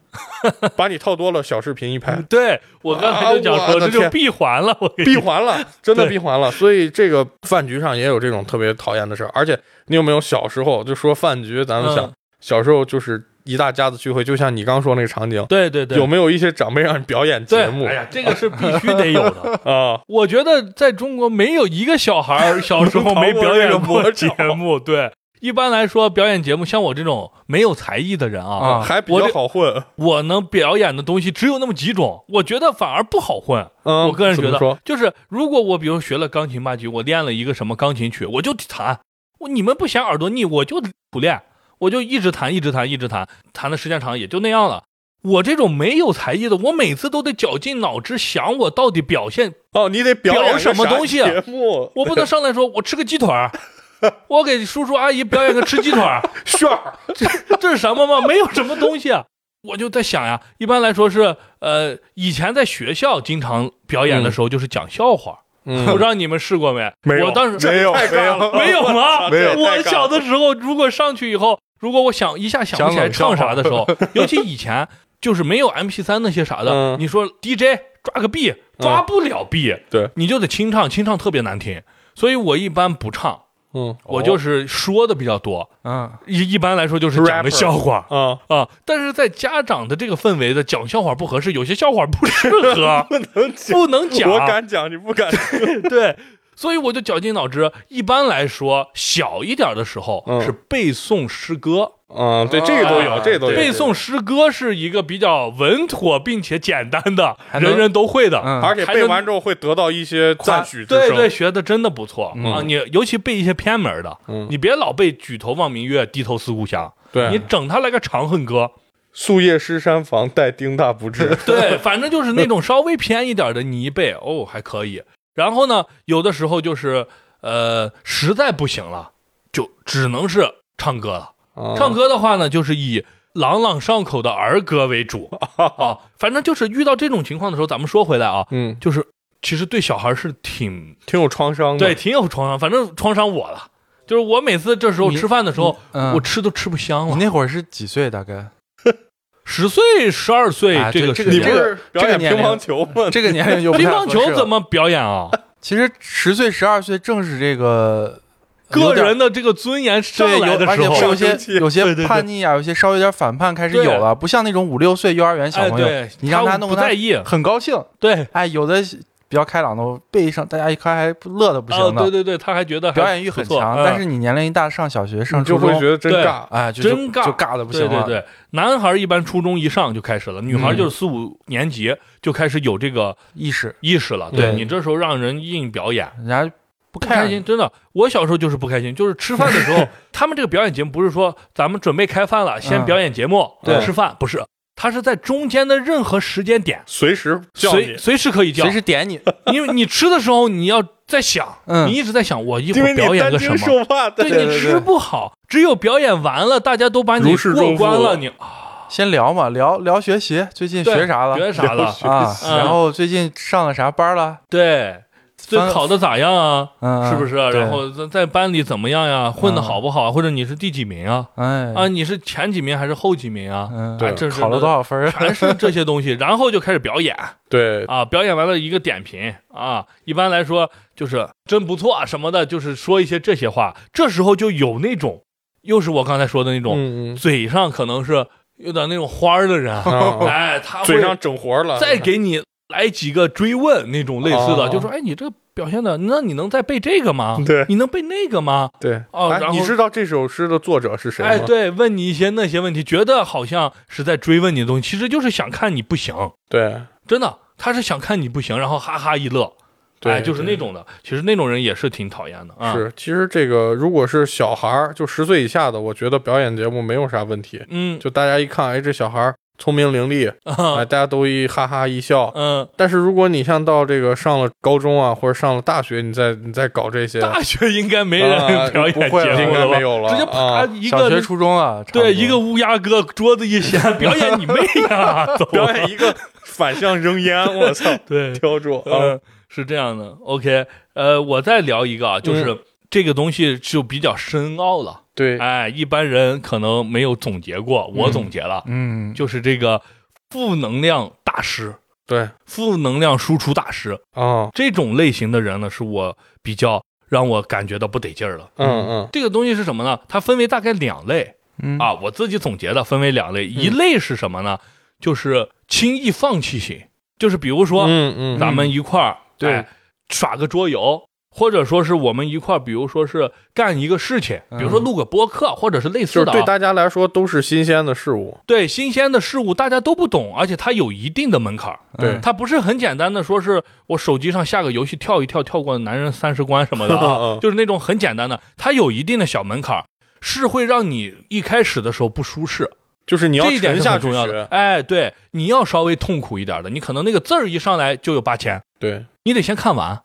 C: 把你套多了，小视频一拍，
B: 对我刚才就讲
C: 哎啊
B: 说，
C: 我的
B: 这就
C: 天
B: 闭环了，我跟你
C: 闭环了，真的
B: 对
C: 闭环了。所以这个饭局上也有这种特别讨厌的事儿。而且你有没有小时候就说饭局，咱们想、
B: 嗯
C: 小时候就是一大家子聚会，就像你刚说那个场景，
B: 对对对，
C: 有没有一些长辈让你表演
B: 对
C: 节目
B: 哎呀，这个是必须得有的。
C: 啊？
B: 我觉得在中国没有一个小孩儿小时候没表演过节目。对，一般来说表演节目，像我这种没有才艺的人啊，
A: 啊
C: 还比
B: 我
C: 较
B: 这
C: 好混。
B: 我能表演的东西只有那么几种，我觉得反而不好混。
C: 嗯，
B: 我个人觉
C: 怎么
B: 得，
C: 说，
B: 就是如果我比如学了钢琴八级，我练了一个什么钢琴曲，我就弹，我你们不嫌耳朵腻，我就苦练，我就一直弹，一直弹，一直弹，弹的时间长也就那样了。我这种没有才艺的，我每次都得绞尽脑汁想我到底表现，
C: 哦，你得表演
B: 表
C: 个
B: 什么
C: 啥
B: 东西啊
C: 节 目
B: 我不能上来说我吃个鸡腿儿，我给叔叔阿姨表演个吃鸡腿儿，
C: 旋儿，
B: 这是什么吗？没有什么东西啊。我就在想呀，一般来说是呃，以前在学校经常表演的时候就是讲笑话，
C: 嗯
B: 不知道你们试过没？
C: 没有
B: 我当时
D: 没有
C: 太尬
D: 没有
C: 了
B: 没有吗？
D: 没有
B: 我小的时候，如果上去以后，如果我想一下想不起来唱啥的时候，尤其以前就是没有 MP 三那些啥的，
C: 嗯
B: 你说 DJ 抓个 B，抓不了 B，、
C: 对，
B: 你就得清唱，清唱特别难听，所以我一般不唱，
C: 嗯
B: 我就是说的比较多，
A: 嗯，
B: 一一般来说就是讲个
C: Rapper
B: 笑话。
C: 啊，
B: 啊！但是在家长的这个氛围的讲笑话不合适，有些笑话不适合，
C: 不能讲，
B: 不能讲。
C: 我敢讲，你 不敢。
B: 对，所以我就绞尽脑汁。一般来说，小一点的时候
C: 嗯
B: 是背诵诗歌，
C: 嗯，对，这个都
B: 哎
C: 有，
A: 啊
C: 这个都有。
A: 对
B: 背诵诗歌是一个比较稳妥并且简单的，
A: 还能
B: 人人都会的。
A: 嗯
C: 而且
B: 还
C: 背
B: 能
C: 完之后会得到一些赞许之
B: 对
C: 声。
B: 对，学的真的不错、
C: 嗯
B: 啊！你尤其背一些偏门的，
C: 嗯
B: 你别老背“举头望明月，低头思故乡”，你
C: 对，
B: 整他来个《长恨歌》，
C: 树叶湿山房，待丁大不至。
B: 对，反正就是那种稍微偏一点的，你一背哦还可以。然后呢，有的时候就是呃，实在不行了，就只能是唱歌了。
C: 啊
B: 唱歌的话呢，就是以朗朗上口的儿歌为 主啊。反正就是遇到这种情况的时候，咱们说回来啊，
C: 嗯，
B: 就是其实对小孩是挺
C: 挺有创伤的。
B: 对，挺有创伤，反正创伤我了。就是我每次这时候
A: 你
B: 吃饭的时候，
A: 嗯
B: 我吃都吃不香
A: 你
B: 了。
A: 那会儿是几岁？大概
B: 十岁、十二岁
A: 啊
B: 哎个
A: 这
B: 时
A: 个
C: 你
B: 间
C: 不是表演乒乓球吗？
A: 这个年龄就不
B: 乒
A: 太合
B: 乓
A: 适
B: 球
A: 了
B: 怎？么表演啊？
A: 其实十岁、十二岁正是这个
B: 个
A: 有点
B: 人的这个尊严上
A: 对
B: 来
A: 有，
B: 的
A: 而
B: 时
A: 且
B: 候
A: 会，有
C: 上升期
A: 些有
B: 对
A: 些
B: 对对
A: 叛逆啊，有些稍微有点反叛开始
B: 对
A: 有了，不像那种五六岁幼儿园小
B: 哎，
A: 朋友，
B: 对，
A: 你让他弄
B: 不
A: 个
B: 在意，
A: 很高兴。
B: 对，
A: 哎，有的比较开朗的背上，大家一看还乐的不
B: 啊，
A: 行
B: 对
A: 的，
B: 对对，他还觉得还
A: 表演欲很
B: 不错
A: 强。
B: 嗯
A: 但是你年龄一大，上小学、上
C: 你就
A: 初
C: 会觉
A: 中，
C: 得真
B: 对
C: 尬。
A: 哎，就
B: 真尬
A: 就就尬的不行
B: 对
A: 了。嗯
B: 对对，男孩一般初中一上就开始了，女孩就是四五年级就开始有这个
A: 意识
B: 意识了。
A: 对
B: 你这时候让人硬表演。
A: 人家不
B: 不开
A: 看
B: 心，真的，我小时候就是不开心，就是吃饭的 时候，他们这个表演节目不是说咱们准备开饭了，先
A: 嗯
B: 表演节目，
C: 对
B: 吃饭不是，他是在中间的任何时间点，
C: 随时叫
B: 随
C: 你，
B: 随时可以叫
A: 随，时点你，
B: 因为你吃的时候你要在想，
A: 嗯
B: 你一直在想我一会
C: 因为
B: 儿
C: 你
B: 表演
C: 担
B: 个什
C: 惊
B: 么，
C: 受怕，
B: 对
C: 对
B: 你
C: 对
B: 吃
C: 对
B: 不好，只有表演完了，大家都把你
C: 如释
B: 过
C: 重负
B: 关了，
C: 了
B: 你啊
A: 先聊嘛，聊聊学习，最近
B: 对
A: 学啥了
B: 学啥了？
A: 啊？
B: 嗯
A: 然后最近上了啥班了？
B: 对，这
A: 翻
B: 考的咋样啊？
A: 嗯，
B: 是不是？
A: 对
B: 然后在在班里怎么样呀？混的
A: 嗯
B: 好不好啊？或者你是第几名啊？
A: 哎
B: 啊，，你是前几名还是后几名啊？
A: 嗯，
B: 哎这是
A: 考了多少分儿？
B: 全是这些东西， 然后就开始表演
C: 对，
B: 啊，表演完了一个点评啊，一般来说就是真不错啊什么的，就是说一些这些话。这时候就有那种，又是我刚才说的那种，
C: 嗯嗯
B: 嘴上可能是有点那种花儿的人，
C: 啊，
B: 哎，他
C: 嘴
B: 会
C: 上整活了，
B: 再给你来几个追问那种类似的，
C: 哦
B: 就说哎，你这个表现的，那你能再背这个吗？
C: 嗯对
B: 你能背那个吗？
C: 对。
B: 哦
C: 哎
B: 然后
C: 你知道这首诗的作者是谁吗？
B: 哎，对，问你一些那些问题，觉得好像是在追问你的东西，其实就是想看你不行，
C: 对
B: 真的，他是想看你不行，然后哈哈一乐，
C: 对
B: 哎，就是
C: 对
B: 那种的，其实那种人也是挺讨厌的啊。，
C: 是，其实这个如果是小孩儿，就十岁以下的，我觉得表演节目没有啥问题。
B: 嗯，
C: 就大家一看，哎，这小孩儿聪明伶俐，哎，
B: 啊
C: 大家都一哈哈一笑。
B: 嗯，
C: 但是如果你像到这个上了高中啊，或者上了大学，你再你再搞这些，
B: 大学应该没
C: 啊
B: 人表演节
A: 不会了
B: 目
C: 应该
B: 了吧
C: 没？有了，
B: 直接啪
C: 啊，
B: 一
A: 小学、
B: 个。
A: 初中了，差不多
B: 对，一个乌鸦哥桌子一掀，表演你妹呀！走
C: 表演一个反向扔烟，我 操，
B: 对，
C: 挑住啊
B: 嗯，是这样的。OK，呃，我再聊一个啊，就是这个东西就比较深奥了，
C: 对，
B: 哎，一般人可能没有总结过，我总结了，
A: 嗯，
B: 就是这个负能量大师、
C: 对
B: 负能量输出大师
C: 啊，
B: 这种类型的人呢，是我比较让我感觉到不得劲儿了。
C: 嗯嗯
B: 这个东西是什么呢？它分为大概两类
A: 嗯
B: 啊，我自己总结的分为两类，
C: 嗯
B: 一类是什么呢？就是轻易放弃型，就是比如说，
C: 嗯嗯，
B: 咱们一块儿、
A: 对
B: 哎耍个桌游，或者说是我们一块儿，比如说是干一个事情，比
A: 嗯
B: 如说录个播客，或者是类
C: 就
B: 似
C: 是
B: 的啊，
C: 对大家来说都是新鲜的事物，
B: 对新鲜的事物大家都不懂，而且它有一定的门槛儿，
A: 嗯
C: 对
B: 它不是很简单的说是我手机上下个游戏跳一跳，跳过男人三十关什么的啊，
C: 嗯嗯
B: 就是那种很简单的，它有一定的小门槛儿。是会让你一开始的时候不舒适，
C: 就是你要
B: 这一点
C: 沉
B: 是
C: 下
B: 很
C: 去
B: 重要的
C: 学。，
B: 哎，对，你要稍微痛苦一点的，你可能那个字儿一上来就有八千，
C: 对，
B: 你得先看完，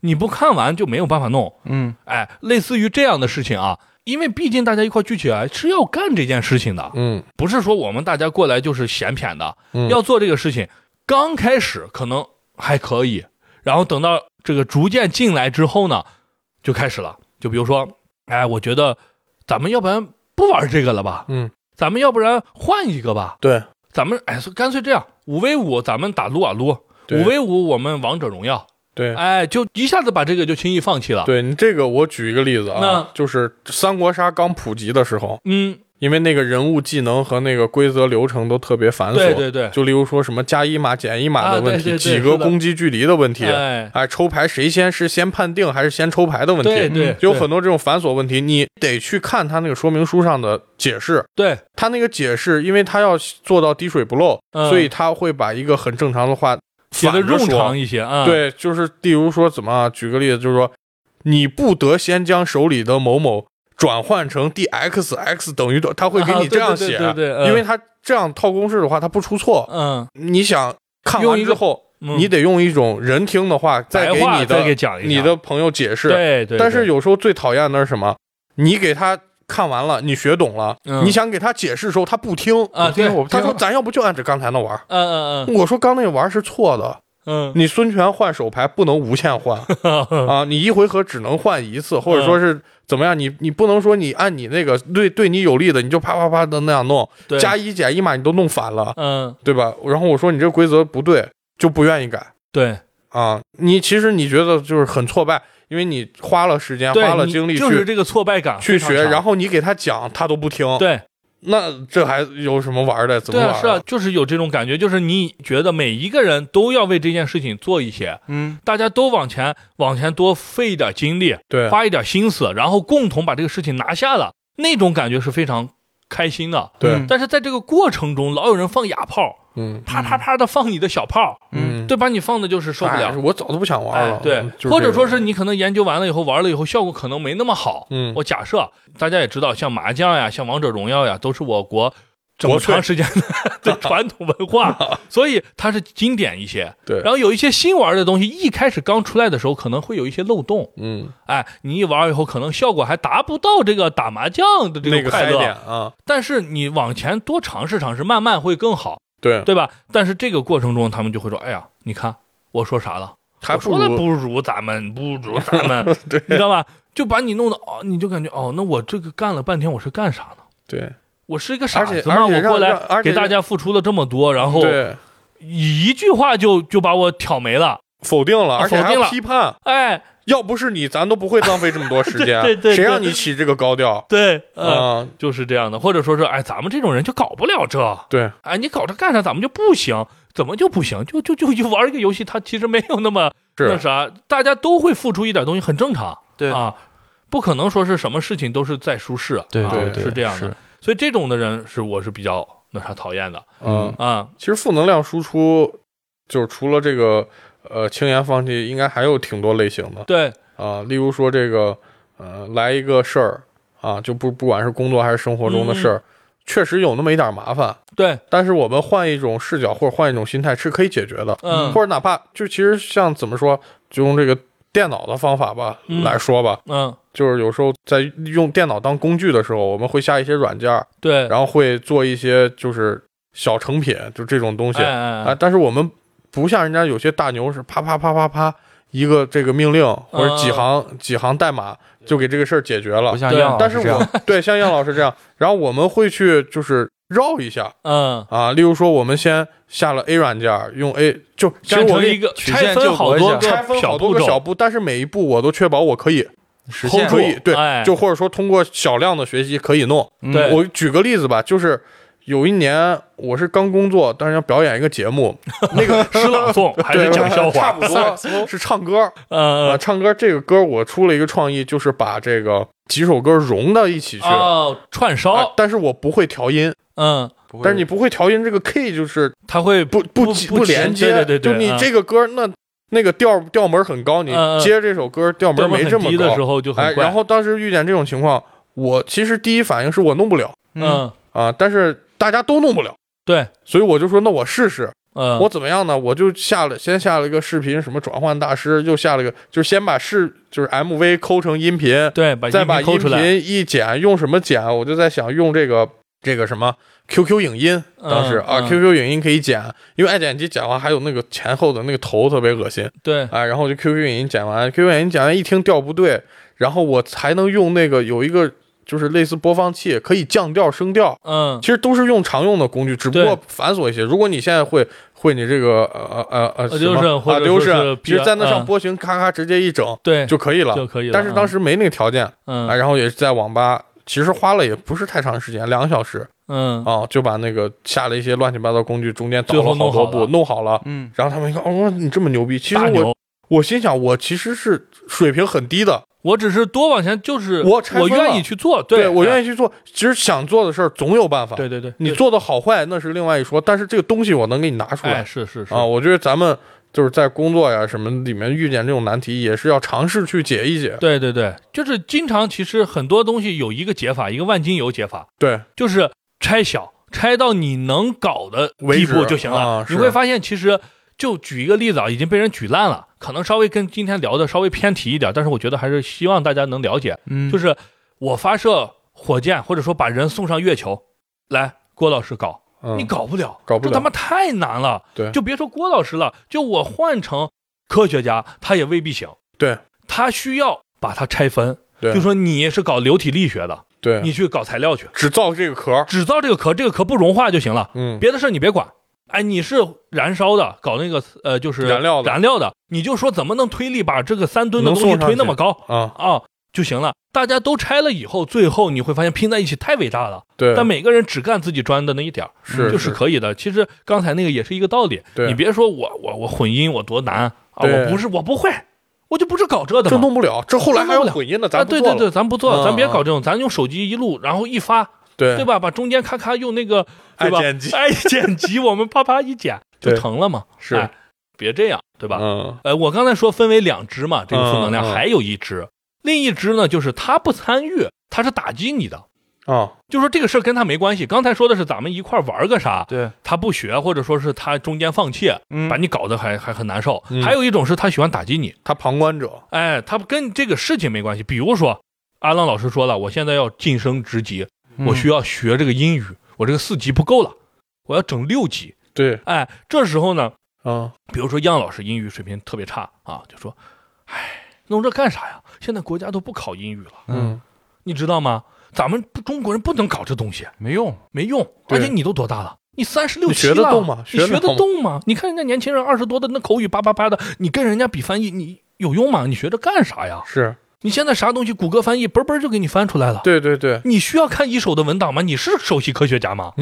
B: 你不看完就没有办法弄。
A: 嗯
B: 哎，类似于这样的事情啊，因为毕竟大家一块聚起来是要干这件事情的，
C: 嗯
B: 不是说我们大家过来就是闲谝的。
C: 嗯，
B: 要做这个事情，刚开始可能还可以，然后等到这个逐渐进来之后呢，就开始了。就比如说，哎，我觉得咱们要不然不玩这个了吧？
C: 嗯，
B: 咱们要不然换一个吧？
C: 对，
B: 咱们哎，干脆这样，五 v 五咱们打撸啊撸，
C: 对
B: 五 v 五我们王者荣耀，
C: 对
B: 哎，就一下子把这个就轻易放弃了。
C: 对你这个，我举一个例子
B: 那
C: 啊，就是三国杀刚普及的时候，
B: 嗯，
C: 因为那个人物技能和那个规则流程都特别繁琐，
B: 对对对，
C: 就例如说什么加一码、减一码
B: 啊
C: 的问
B: 对
C: 题，
B: 对对
C: 几
B: 是
C: 个
B: 的
C: 攻击距离的问题，
B: 哎，
C: 哎，抽牌谁先是先判定还是先抽牌的问
B: 对
C: 题，
B: 对，
C: 有
B: 对
C: 很多这种繁琐问题，你得去看他那个说明书上的解释。
B: 对，
C: 他那个解释，因为他要做到滴水不漏，
B: 嗯
C: 所以他会把一个很正常的话
B: 写
C: 反
B: 的
C: 着
B: 冗
C: 说
B: 长一些啊。，
C: 对，就是例如说怎么啊、举个例子，就是说你不得先将手里的某某转换成 dxx 等于多，他会给
B: 啊
C: 你
B: 对
C: 这样
B: 对对
C: 写，
B: 对对嗯
C: 因为他这样套公式的话，他不出错。
B: 嗯，
C: 你想看
B: 用
C: 完
B: 一
C: 之
B: 个
C: 后，
B: 嗯
C: 你得用一种人听的话再
B: 白
C: 给
B: 话
C: 你
B: 再
C: 的
B: 给讲一下
C: 你的朋友解释。
B: 对对，
C: 但是
B: 对
C: 有时候最讨厌的是什么？你给他看完了，你学懂了，
B: 嗯
C: 你想给他解释的时候，他不听。
B: 啊，对，
A: 我不
C: 他
A: 听
C: 说：“咱要不就按着刚才那玩儿。
B: 嗯嗯嗯
C: 我说：“刚那玩儿是错的。”
B: 嗯，
C: 你孙权换手牌不能无 限换 啊，你一回合只能换一次，或
B: 嗯
C: 者说是怎么样？你你不能说你按你那个对对你有利的，你就啪啪啪的那样弄，
B: 对
C: 加一减一码你都弄反了，
B: 嗯，
C: 对吧？然后我说你这个规则不对，就不愿意改
B: 对，
C: 啊。你其实你觉得就是很挫败，因为你花了时间，
B: 对
C: 花了
B: 你
C: 精力去、
B: 就是这个挫败感
C: 去学，然
B: 后
C: 后你给他讲他都不听，
B: 对
C: 那这还有什么玩的？怎
B: 对
C: 么玩
B: 啊是啊，就是有这种感觉，就是你觉得每一个人都要为这件事情做一些，
A: 嗯，
B: 大家都往前往前多费一点精力，
C: 对啊
B: 花一点心思，然后共同把这个事情拿下了，那种感觉是非常开心的。
C: 对
A: 嗯
B: 但是在这个过程中，老有人放哑炮，
C: 嗯
B: 啪啪啪的放你的小炮，
A: 嗯
B: 对，把你放的就是受不
C: 哎
B: 了。
C: 我早都不想玩
B: 哎
C: 了，，嗯
B: 对
C: 就是这，种
B: 或者说是你可能研究完了以后玩了以后效果可能没那么好，
C: 嗯
B: 我假设大家也知道，像麻将呀、像王者荣耀呀，都是我国这么
C: 国粹啊
B: 长时间 的对传统文化，所以它是经典一些。
C: 对
B: 然后有一些新玩的东西，一开始刚出来的时候可能会有一些漏洞，
C: 嗯。
B: 哎，你一玩以后可能效果还达不到这个打麻将的这
C: 那
B: 个
C: 个
B: 快
C: 嗨
B: 乐，
C: 点啊，
B: 但是你往前多尝试尝试，慢慢会更好，
C: 对，
B: 对吧？但是这个过程中，他们就会说：“哎呀，你看我说啥了？
C: 还
B: 我
C: 不
B: 说了
C: 如
B: 不如咱们，不如咱们。”
C: 对
B: 你知道吧？就把你弄得哦，你就感觉哦，那我这个干了半天，我是干啥呢？
C: 对
B: 我是一个傻子
C: 而
B: 吗？我
C: 且而且让
B: 过
C: 让
B: 来
C: 而且
B: 给大家付出了这么多，然后
C: 对，
B: 一句话就就把我挑没了。
C: 否定了，
B: 啊
C: 而且
B: 否
C: 还
B: 定
C: 要
B: 了
C: 批判。
B: 哎，
C: 要不是你，咱都不会浪费这么多时 间。
B: 对对对
C: 谁让你起这个高调
B: 对，呃，
C: 啊？
B: 就是这样的，或者说是哎，咱们这种人就搞不了这，
C: 对
B: 哎，你搞这干啥？咱们就不行，怎么就不行？就就就就玩一个游戏，它其实没有那么那
C: 是，
B: 啥，大家都会付出一点东西，很正常。
A: 对
B: 啊，不可能说是什么事情都是在舒适，
A: 对
B: 啊
C: 对对
B: 是这样的。所以这种的人是我是比较那啥讨厌的
C: 嗯，
B: 啊。
C: 其实负能量输出就是除了这个呃轻言放弃，应该还有挺多类型的
B: 对，
C: 啊，例如说这个呃来一个事儿啊，就不不管是工作还是生活
B: 嗯
C: 中的事儿，确实有那么一点麻烦，
B: 对，
C: 但是我们换一种视角或者换一种心态是可以解决的，
B: 嗯，
C: 或者哪怕就其实像怎么说，就用这个电脑的方法吧、
B: 嗯
C: 来说吧，
B: 嗯，
C: 就是有时候在用电脑当工具的时候，我们会下一些软件，
B: 对，
C: 然后会做一些就是小成品，就这种东西
B: 哎
C: 啊、
B: 哎哎
C: 但是我们不像人家有些大牛是啪啪啪啪啪一个这个命令或者
B: 嗯
C: 几行、几行代码就给这个事儿解决了
A: 不。像
B: 对
A: 样，
C: 但是我对像燕老师这样，然后我们会去就是绕一下，
B: 嗯，
C: 啊，例如说我们先下了 A 软件儿，用 A 就其
B: 干
C: 实我
B: 成
C: 们
B: 一个
A: 曲
B: 拆
A: 线
B: 分
A: 救
B: 好
A: 国一
B: 多
A: 下
B: 个
C: 拆分好多
B: 步
C: 个
B: 骤
C: 小步，但是每一步我都确保我可以
A: 实
B: hold
A: 现
B: 住
C: 可以对
B: 哎，
C: 就或者说通过少量的学习可以弄。
A: 嗯
B: 对
C: 我举个例子吧，就是有一年我是刚工作，但是要表演一个 节目，那个
B: 诗朗 诵还是
C: 对
B: 讲笑 话，
C: 差不多是唱歌啊，
B: 呃，
C: 唱歌这个歌我出了一个创意，就是把这个几首歌融到一起去。
B: 哦，串
C: 啊
B: 烧，，
C: 但是我不会调音，
B: 嗯，
A: 不会
C: 但是你不会调音，这个 K 就是
B: 他会
C: 不
B: 不
C: 不
B: 不
C: 连
B: 连
C: 接，
B: 对对对对
C: 就你
B: 嗯
C: 这个歌那那个调调门很高，你
B: 嗯嗯
C: 接这首歌调
B: 调
C: 门
B: 门
C: 没
B: 很
C: 这么
B: 低的时
C: 高，
B: 候就
C: 哎，
B: 很怪，
C: 然后当时遇见这种情况，我其实第一反应是我弄不了
A: 嗯
B: 嗯，
C: 啊，但是大家都弄不了，
B: 对，
C: 所以我就说那我试试，
B: 嗯，
C: 我怎么样呢？我就下了，先下了一个视频，什么转换大师，又下了个，就是先把视，就是 MV 抠成音频，
B: 对把
C: 再
B: 音
C: 把
B: 频抠
C: 音
B: 出来，
C: 频一剪，用什么剪？我就在想用这个这个什么 QQ 影音，当时、
B: 嗯
C: 啊
B: 嗯
C: ，QQ 影音可以剪，因为爱剪辑剪完还有那个前后的那个头特别 恶心，
B: 对，
C: 哎，然后我就 QQ 影音剪完，QQ 影音剪完一听调不对，然后我才能用那个有一个就是类似播放器，可以降调升调。
B: 嗯
C: 其实都是用常用的工具，只不过
B: 对
C: 繁琐一些。如果你现在会会你这个呃呃呃
B: Audition 或者说是
C: a 其实在那
B: 嗯
C: 上波形咔咔直接一整
B: 对
C: 就可以了。
B: 就可以了。
C: 但是当时没那个条件啊，
B: 嗯
C: 然后也是在网吧，其实花了也不是太长时间，两个小时
B: 嗯
C: 啊，就把那个下了一些乱七八糟工具，中间倒
B: 最后
C: 了好
B: 弄
C: 多
B: 好
C: 步
B: 了，
C: 弄好了。
A: 嗯，
C: 然后他们一看，哦，你这么牛逼，其实
B: 大
C: 我
B: 牛，
C: 我心想，我其实是水平很低的，
B: 我只是多往前，就是
C: 我拆分
B: 我愿意
C: 了
B: 去做，
C: 对我
B: 意，
C: 愿意去做。其实想做的事儿总有办法，
B: 对对对，
C: 你
B: 对
C: 做的好坏那是另外一说，但是这个东西我能给你拿出
B: 哎
C: 来
B: 是是是
C: 啊。我觉得咱们就是在工作呀什么里面遇见这种难题，也是要尝试去解一解。
B: 对对对，就是经常其实很多东西有一个解法，一个万金油解法，
C: 对，
B: 就是拆小，拆到你能搞的
C: 为
B: 地
C: 止
B: 步就行了。
C: 啊
B: 你
C: 是
B: 会发现，其实就举一个例子啊，已经被人举烂了，可能稍微跟今天聊的稍微偏题一点，但是我觉得还是希望大家能了解，
A: 嗯，
B: 就是我发射火箭或者说把人送上月球，来郭老师搞，
C: 嗯
B: 你搞不了，
C: 搞不
B: 这他
C: 了
B: 妈太难了。
C: 对
B: 就别说郭老师了，就我换成科学家，他也未必行。
C: 对，
B: 他需要把它拆分。
C: 对
B: 就说你是搞流体力学的，
C: 对，
B: 你去搞材料去，
C: 只造这个壳儿，
B: 只造这个壳，这个壳不融化就行了，
C: 嗯，
B: 别的事儿你别管。哎，你是燃烧的，搞那个呃，就是
C: 燃料的
B: 燃料的，你就说怎么能推力把这个三吨的
C: 能
B: 东西
C: 送上
B: 推那
C: 去
B: 么高
C: 啊，
B: 啊就行了。大家都拆了以后，最后你会发现拼在一起太伟大了，
C: 对，
B: 但每个人只干自己专的那一点儿。
C: 是
B: 就是可以的。其实刚才那个也是一个道理，
C: 对
B: 你别说我我我混音我多难啊，
C: 对
B: 我不是我不会，我就不是搞这的
C: 这
B: 嘛。
C: 弄不了，这后来还有混音的，
B: 啊，
C: 咱不
B: 对
C: 做
B: 对
C: 了
B: 对，咱不做，
C: 嗯
B: 咱别
C: 嗯
B: 搞这种，咱用手机一录，然后一发，
C: 对
B: 对吧？把中间咔咔用那个，对吧
C: 爱剪？辑
B: 哎，剪辑，我们啪啪一剪就
C: 对
B: 成了嘛。
C: 是
B: 哎别这样，对吧？
C: 嗯，
B: 呃，我刚才说分为两支嘛，这个负能量
C: 嗯嗯
B: 还有一支，另一支呢就是他不参与，他是打击你的，
C: 啊，
B: 就说这个事儿跟他没关系。刚才说的是咱们一块儿玩个啥，
A: 对，
B: 他不学，或者说是他中间放弃，
A: 嗯
B: 把你搞得还还很难受。
C: 嗯
B: 还有一种是他喜欢打击你，
C: 他旁观者，
B: 哎，他跟这个事情没关系。比如说，阿浪老师说了，我现在要晋升职级，
A: 嗯
C: 嗯
B: 我需要学这个英语，我这个四级不够了，我要整六级。
C: 对，
B: 哎，这时候呢，
C: 啊，
B: 比如说样老师英语水平特别差啊，就说，哎，弄这干啥呀？现在国家都不考英语了，
A: 嗯，
C: 嗯，
B: 你知道吗？咱们不中国人不能搞这东西。
A: 没用，
B: 没用，
C: 对
B: 而且你都多大了？你三十六
C: 你
B: 七
C: 学
B: 了，
C: 得动吗
B: 你
C: 学得
B: 学得
C: 好吗
B: 动吗？你看人家年轻人二十多的那口语叭叭叭的，你跟人家比翻译，你有用吗？你学着干啥呀？
C: 是
B: 你现在啥东西，谷歌翻译嘣嘣就给你翻出来了。
C: 对对对，
B: 你需要看一手的文档吗？你是首席科学家 吗？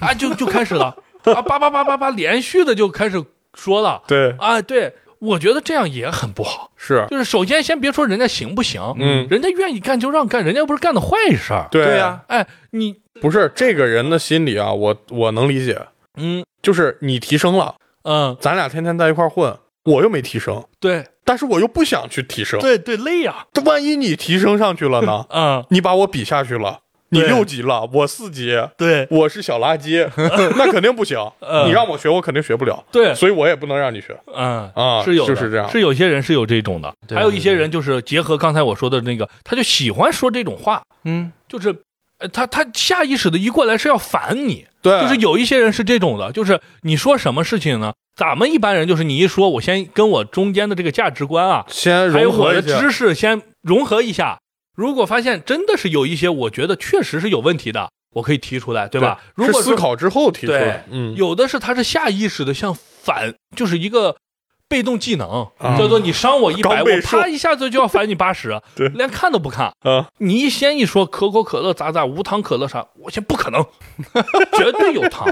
B: 啊，就就开始了，啊，叭叭叭叭叭，连续的就开始说了，
C: 对，
B: 啊，对。我觉得这样也很不好，
C: 是，
B: 就是首先先别说人家行不行，
C: 嗯
B: 人家愿意干就让干，人家又不是干的坏事儿，
C: 对
A: 对
C: 呀，
A: 呀
B: 哎，你，
C: 不是这个人的心理啊，我我能理解，
B: 嗯
C: 就是你提升了，
B: 嗯，
C: 咱俩天天在一块儿混，我又没提升，
B: 对，
C: 但是我又不想去提升，
B: 对对，累呀、？
C: 这万一你提升上去了 呢
B: 啊，
C: 你把我比下去了，你
B: 对
C: 六级了，我四级，
B: 对
C: 我是小垃 圾，那肯定不 行
B: 嗯。
C: 你让我学，我肯定学不了，
B: 对，
C: 所以我也不能让你学。
B: 嗯
C: 啊
B: 是有的
C: 就是这样
B: 是有些人是有这种的，
A: 对
B: 还有一些人就是结合刚才我说的那个，他就喜欢说这种话，
A: 嗯，
B: 就是。呃，他他下意识的一过来是要烦你，
C: 对，
B: 就是有一些人是这种的，就是你说什么事情呢？咱们一般人就是你一说，我先跟我中间的这个价值观啊，
C: 先
B: 还有
C: 融
B: 我
C: 合
B: 的
C: 一下
B: 知识先融合一下。如果发现真的是有一些我觉得确实是有问题的，我可以提出来，对吧？
C: 是
B: 如果
C: 思
B: 说
C: 考之后提出
B: 对
C: 来，嗯，
B: 有的是他是下意识的，像反就是一个被动技能，
C: 啊
B: 叫做你伤我一百，
C: 刚
B: 我
C: 被说
B: 啪一下子就要返你八十
C: ，对
B: 连看都不看。
C: 啊，
B: 你一先一说可口可乐咋咋，无糖可乐啥，我先不可能， 绝对有 糖，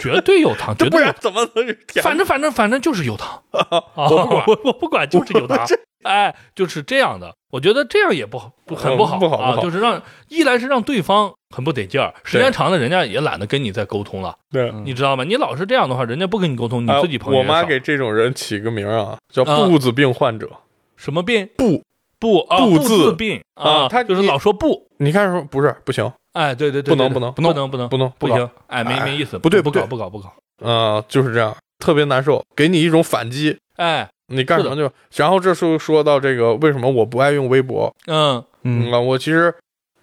B: 绝对有糖，绝
C: 不
B: 对有
C: 然
B: 糖。
C: 怎么能是甜？
B: 反正反正反正就是有 糖，啊
C: 我不管
B: 我我不管，就是有糖，哎，就是这样的。我觉得这样也不好，不很不好,、
C: 嗯不好
B: 啊，
C: 不好
B: 就是让一来是让对方很不得劲儿，时间长了人家也懒得跟你再沟通了。
C: 对，
A: 嗯
B: 你知道吗？你老是这样的话，人家不跟你沟通，你
C: 哎
B: 自己朋友
C: 我
B: 也少、
C: 妈给这种人起个名儿啊，叫
B: 啊
C: 步子病患者。
B: 什么病？
C: 不
B: 不啊，
C: 不
B: 不
C: 字
B: 病
C: 啊他
B: 就是
C: 你
B: 老说不，
C: 你看说不是不行，
B: 哎，对对对，
C: 不能
B: 对
C: 不
B: 对
C: 能
B: 不能不能
C: 不能
B: 不
C: 搞
B: 行，哎，没
C: 哎
B: 没意思，
C: 不对
B: 不
C: 不对
B: 搞不搞不搞，
C: 呃，就是这样，特别难受，给你一种反击，
B: 哎，
C: 你干什么就。然后这时候说到这个，为什么我不爱用微博？
B: 嗯
A: 嗯
C: 啊，我其实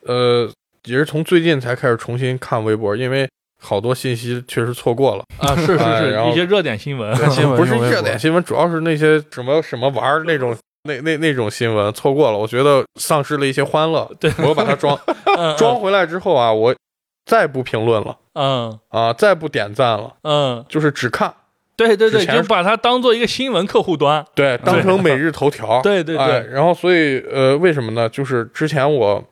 C: 呃也是从最近才开始重新看微博，因为好多信息确实错过了。
B: 啊，是是
C: 哎
B: 是
C: 然，后
B: 一些热点新闻，
A: 看新闻
C: 不是
A: 用微
C: 热
A: 博
C: 点新闻，主要是那些什么什么玩儿那种那那那种新闻错过了，我觉得丧失了一些欢乐。
B: 对
C: 我又把它装
B: 嗯
C: 装回来之后啊，我再不评论了
B: 嗯
C: 啊，再不点赞了，
B: 嗯，
C: 就是只看，
B: 对对对，
C: 之前
B: 就把它当做一个新闻客户端，
C: 对，当成每日 头条。
B: 对对
C: 啊哎，
B: 对，
C: 然后所以呃，为什么呢？就是之前我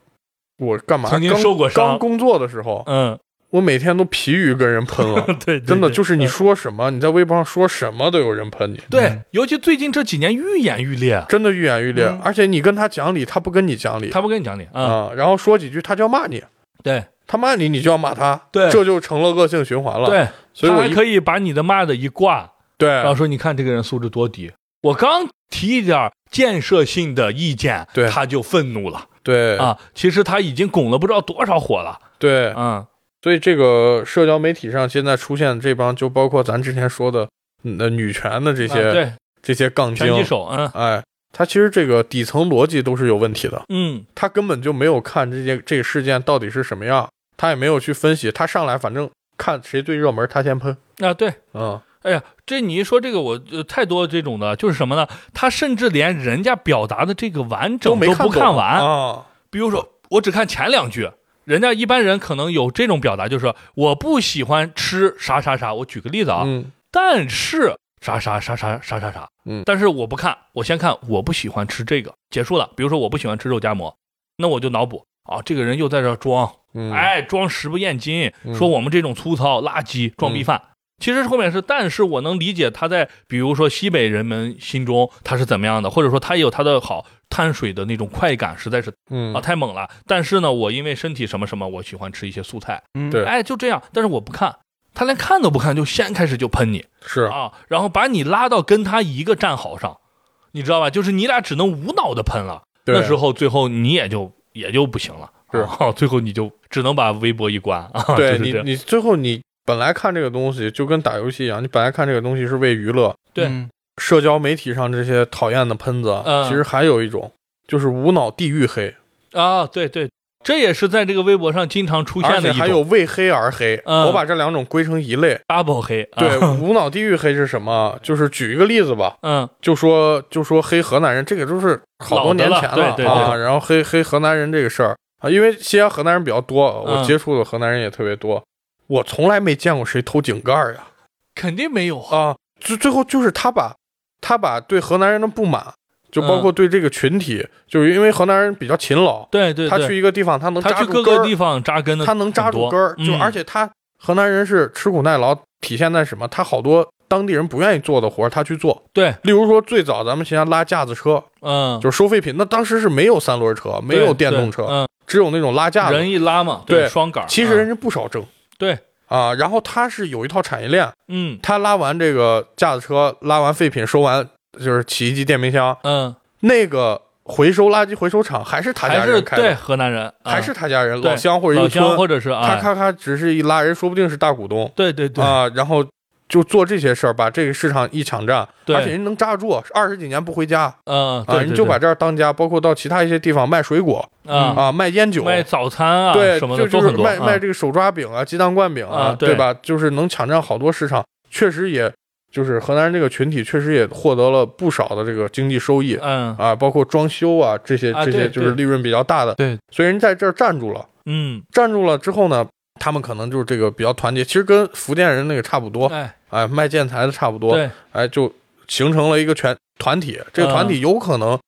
C: 我干嘛
B: 曾经
C: 刚
B: 受过伤
C: 刚工作的时候，
B: 嗯，，
C: 我每天都疲于跟人喷了
B: 对，对
C: 真的
B: 对
C: 就是你
B: 嗯
C: 说嗯什么，你在微博上说什么都有人喷你。
B: 对，尤其最近这几年愈演愈烈，
C: 真的愈演愈烈，
A: 嗯
C: 而且你跟他讲理，他不跟你讲理，
B: 他不跟你讲理啊，
C: 啊、然后说几句他就要骂你，
B: 对
C: 他骂你，你就要骂他，
B: 对
C: 这就成了恶性循环了。，
B: 对，
C: 所以
B: 他
C: 我
B: 还
C: 一
B: 可以把你的骂的一挂，然后
C: 对
B: 说你看这个人素质多低，我刚提一点建设性的意见，
C: 对
B: 他就愤怒了
C: 对、哎
B: 啊，其实他已经拱了不知道多少火了，
C: 对，
B: 嗯
C: 所以这个社交媒体上现在出现这帮，就包括咱之前说的那女权的这
B: 啊
C: 些、
B: 对
C: 这些杠精
B: 拳，击手，嗯
C: 哎，他其实这个底层逻辑都是有问题的，
B: 嗯，
C: 他根本就没有看这件这个事件到底是什么样，他也没有去分析，他上来反正看谁最热门，他先喷，
B: 啊对，
C: 嗯，
B: 哎呀，这你一说这个我，呃太多这种的，就是什么呢？他甚至连人家表达的这个完整
C: 没
B: 都
C: 看
B: 不
C: 懂
B: 看完。
C: 啊，
B: 比如说，我只看前两句，人家一般人可能有这种表达，就是说我不喜欢吃啥啥啥。我举个例子啊，
C: 嗯
B: 但是啥啥啥啥啥啥啥，
C: 嗯
B: 但是我不看，我先看我不喜欢吃这个，结束了。比如说我不喜欢吃肉夹馍，那我就脑补啊，这个人又在这儿装，
C: 嗯，
B: 哎，装食不厌精，
C: 嗯
B: 说我们这种粗糙、垃圾、装逼犯。其实后面是，但是我能理解他在比如说西北人们心中他是怎么样的，或者说他也有他的好，碳水的那种快感实在是
C: 嗯
B: 啊太猛了。但是呢，我因为身体什么什么，我喜欢吃一些蔬菜，
A: 嗯
C: 对
B: 哎，就这样。但是我不看，他连看都不看，就先开始就喷你
C: 是
B: 啊，然后把你拉到跟他一个战壕上，你知道吧？就是你俩只能无脑的喷了。
C: 对
B: 那时候最后你也就也就不行了，
C: 是
B: 啊，最后你就只能把微博一关啊，
C: 对
B: 就是
C: 你
B: 这，样
C: 你最后你本来看这个东西就跟打游戏一样，你本来看这个东西是为娱乐，
B: 对
A: 嗯
C: 社交媒体上这些讨厌的喷子，
B: 嗯
C: 其实还有一种就是无脑地域黑，
B: 啊，对对，这也是在这个微博上经常出
C: 而
B: 现的
C: 且
B: 一
C: 还
B: 种
C: 有为黑而黑。
B: 嗯
C: 我把这两种归成一类。
B: double 黑，啊
C: 对，无脑地域黑是什么？就是举一个例子吧，
B: 嗯
C: 就说就说黑河南人，这个都是好多年
B: 老
C: 前
B: 的了对对
C: 啊。然后黑黑河南人这个事儿啊，因为西安河南人比较多，
B: 嗯
C: 我接触的河南人也特别多，我从来没见过谁偷井盖儿呀。
B: 肯定没有啊，
C: 啊，最最后就是他把，他把对河南人的不满，就
B: 嗯
C: 包括对这个群体，就是因为河南人比较勤劳，
B: 对对，
C: 他
B: 对
C: 去一个地方，他能
B: 他
C: 扎
B: 去
C: 住
B: 各
C: 根
B: 个
C: 儿
B: 地，方扎根的，
C: 他能扎住根儿，就
B: 嗯
C: 而且他河南人是吃苦耐劳，体现在什么？他好多当地人不愿意做的活儿，他去做。
B: 对，
C: 例如说，最早咱们邢安拉架子车，
B: 嗯，
C: 就是收废品，那当时是没有三轮车，没
B: 对
C: 有电
B: 对
C: 动车，
B: 嗯，
C: 只有那种拉架子。
B: 人一拉嘛，
C: 对
B: 双杆儿，
C: 其实人
B: 啊
C: 家不少挣
B: 对，
C: 啊，然后他是有一套产业链，
B: 嗯
C: 他拉完这个架子车，拉完废品，收完就是洗衣机、电冰箱，
B: 嗯，
C: 那个回收垃圾回收厂还是他
B: 还
C: 家
B: 是
C: 人开
B: 对
C: 的，
B: 河南人，啊
C: 还是他家人
B: 对
C: 老乡或者一
B: 老
C: 个
B: 乡
C: 村，
B: 或者是
C: 咔
B: 啊，
C: 咔咔，只是一拉人，说不定是大股东
B: 对对对
C: 啊，然后就做这些事儿，把这个市场一抢占，
B: 对
C: 而且人能扎住，啊二十几年不回家
B: 嗯，对
C: 啊，
B: 对
C: 人
B: 对
C: 就把这儿当家，包括到其他一些地方卖水果
B: 啊
C: 啊，卖烟酒。
B: 卖早餐啊
C: 对，
B: 什么
C: 就
B: 的都
C: 就是
B: 很多，
C: 卖卖
B: 啊
C: 这个手抓饼啊、鸡蛋灌饼
B: 啊对
C: 对吧？就是能抢占好多市场，确实也就是河南人这个群体，确实也获得了不少的这个经济收益
B: 嗯
C: 啊，包括装修啊这些
B: 啊
C: 这些
B: 对
C: 就是
B: 对
C: 利润比较大的，
A: 对，
C: 所以人在这儿站住了，
B: 嗯，
C: 站住了之后呢，他们可能就是这个比较团结，其实跟福建人那个差不多，
B: 哎，
C: 哎，卖建材的差不多，
B: 对，
C: 哎，就形成了一个全团体，这
B: 嗯
C: 个团体有可能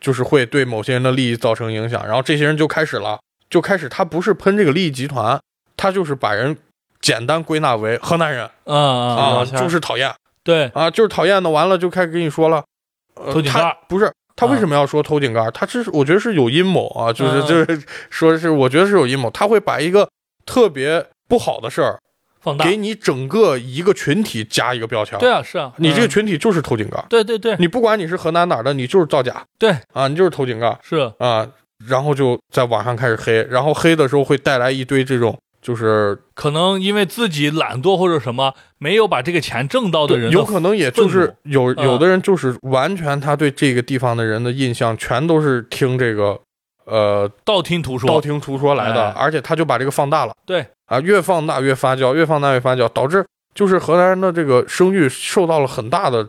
C: 就是会对某些人的利益造成影响，然后这些人就开始了，就开始他不是喷这个利益集团，他就是把人简单归纳为河南人
B: 嗯嗯
C: 啊，
A: 标签
C: 就是讨厌
B: 对，
C: 啊，就是讨厌的，完了就开始跟你说了，呃
B: 偷井盖啊
C: 他不是。他为什么要说偷井盖？他是我觉得是有阴谋啊，就是
B: 嗯
C: 就是说是我觉得是有阴谋，他会把一个特别不好的事儿
B: 放大，
C: 给你整个一个群体加一个标签儿。
B: 对啊，是啊，
C: 你这个
B: 嗯
C: 群体就是偷井 盖儿，
B: 对对对
C: 你不管你是河南哪儿的，你就是造假，
B: 对
C: 啊，你就是偷井盖
B: 是，
C: 啊，然后就在网上开始黑，然后黑的时候会带来一堆这种就是
B: 可能因为自己懒惰或者什么，没有把这个钱挣到的人
C: 对
B: 的
C: 有可能也就是
B: 愤
C: 有
B: 嗯
C: 有的人就是完全他对这个地方的人的印象全都是听这个呃
B: 道听途
C: 道
B: 说，
C: 听途说来的，
B: 哎
C: 而且他就把这个放大了。
B: 对
C: 啊，越放大越发酵，越放大越发酵，导致就是河南人的这个声誉受到了很大的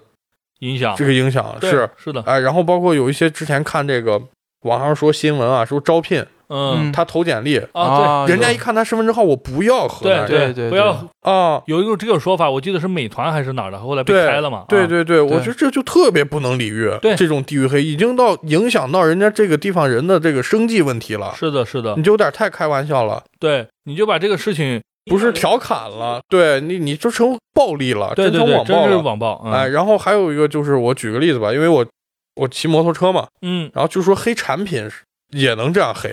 B: 影响
C: 这个影响。
B: 对
C: 是，
B: 是的，
C: 哎，然后包括有一些之前看这个网上说新闻啊，说招聘
B: 嗯
A: 嗯
C: 他投简历，
B: 啊，
C: 人家
A: 有
C: 一看他身份证号，我不要河
B: 对
C: 南人
A: 对对
B: 不要
C: 啊。
B: 有一种这个说法，我记得是美团还是哪儿的，后来被
C: 对
B: 开了嘛，
C: 对
B: 啊
C: 对对，我
A: 对
C: 觉得这就特别不能理喻，
B: 对
C: 这种地域黑已经到影响到人家这个地方人的这嗯个生计问题了，
B: 是的，是的
C: 你，就有点太开玩笑了，
B: 对，你就把这个事情
C: 不是调侃了，对你你就成暴力了，
B: 对对
C: 成
B: 对，
C: 网
B: 真
C: 暴
B: 是
C: 了，
B: 网暴，嗯
C: 哎，然后还有一个就是我举个例子吧，因为我我骑摩托车嘛，
B: 嗯
C: 然后就说黑产品是也能这样黑，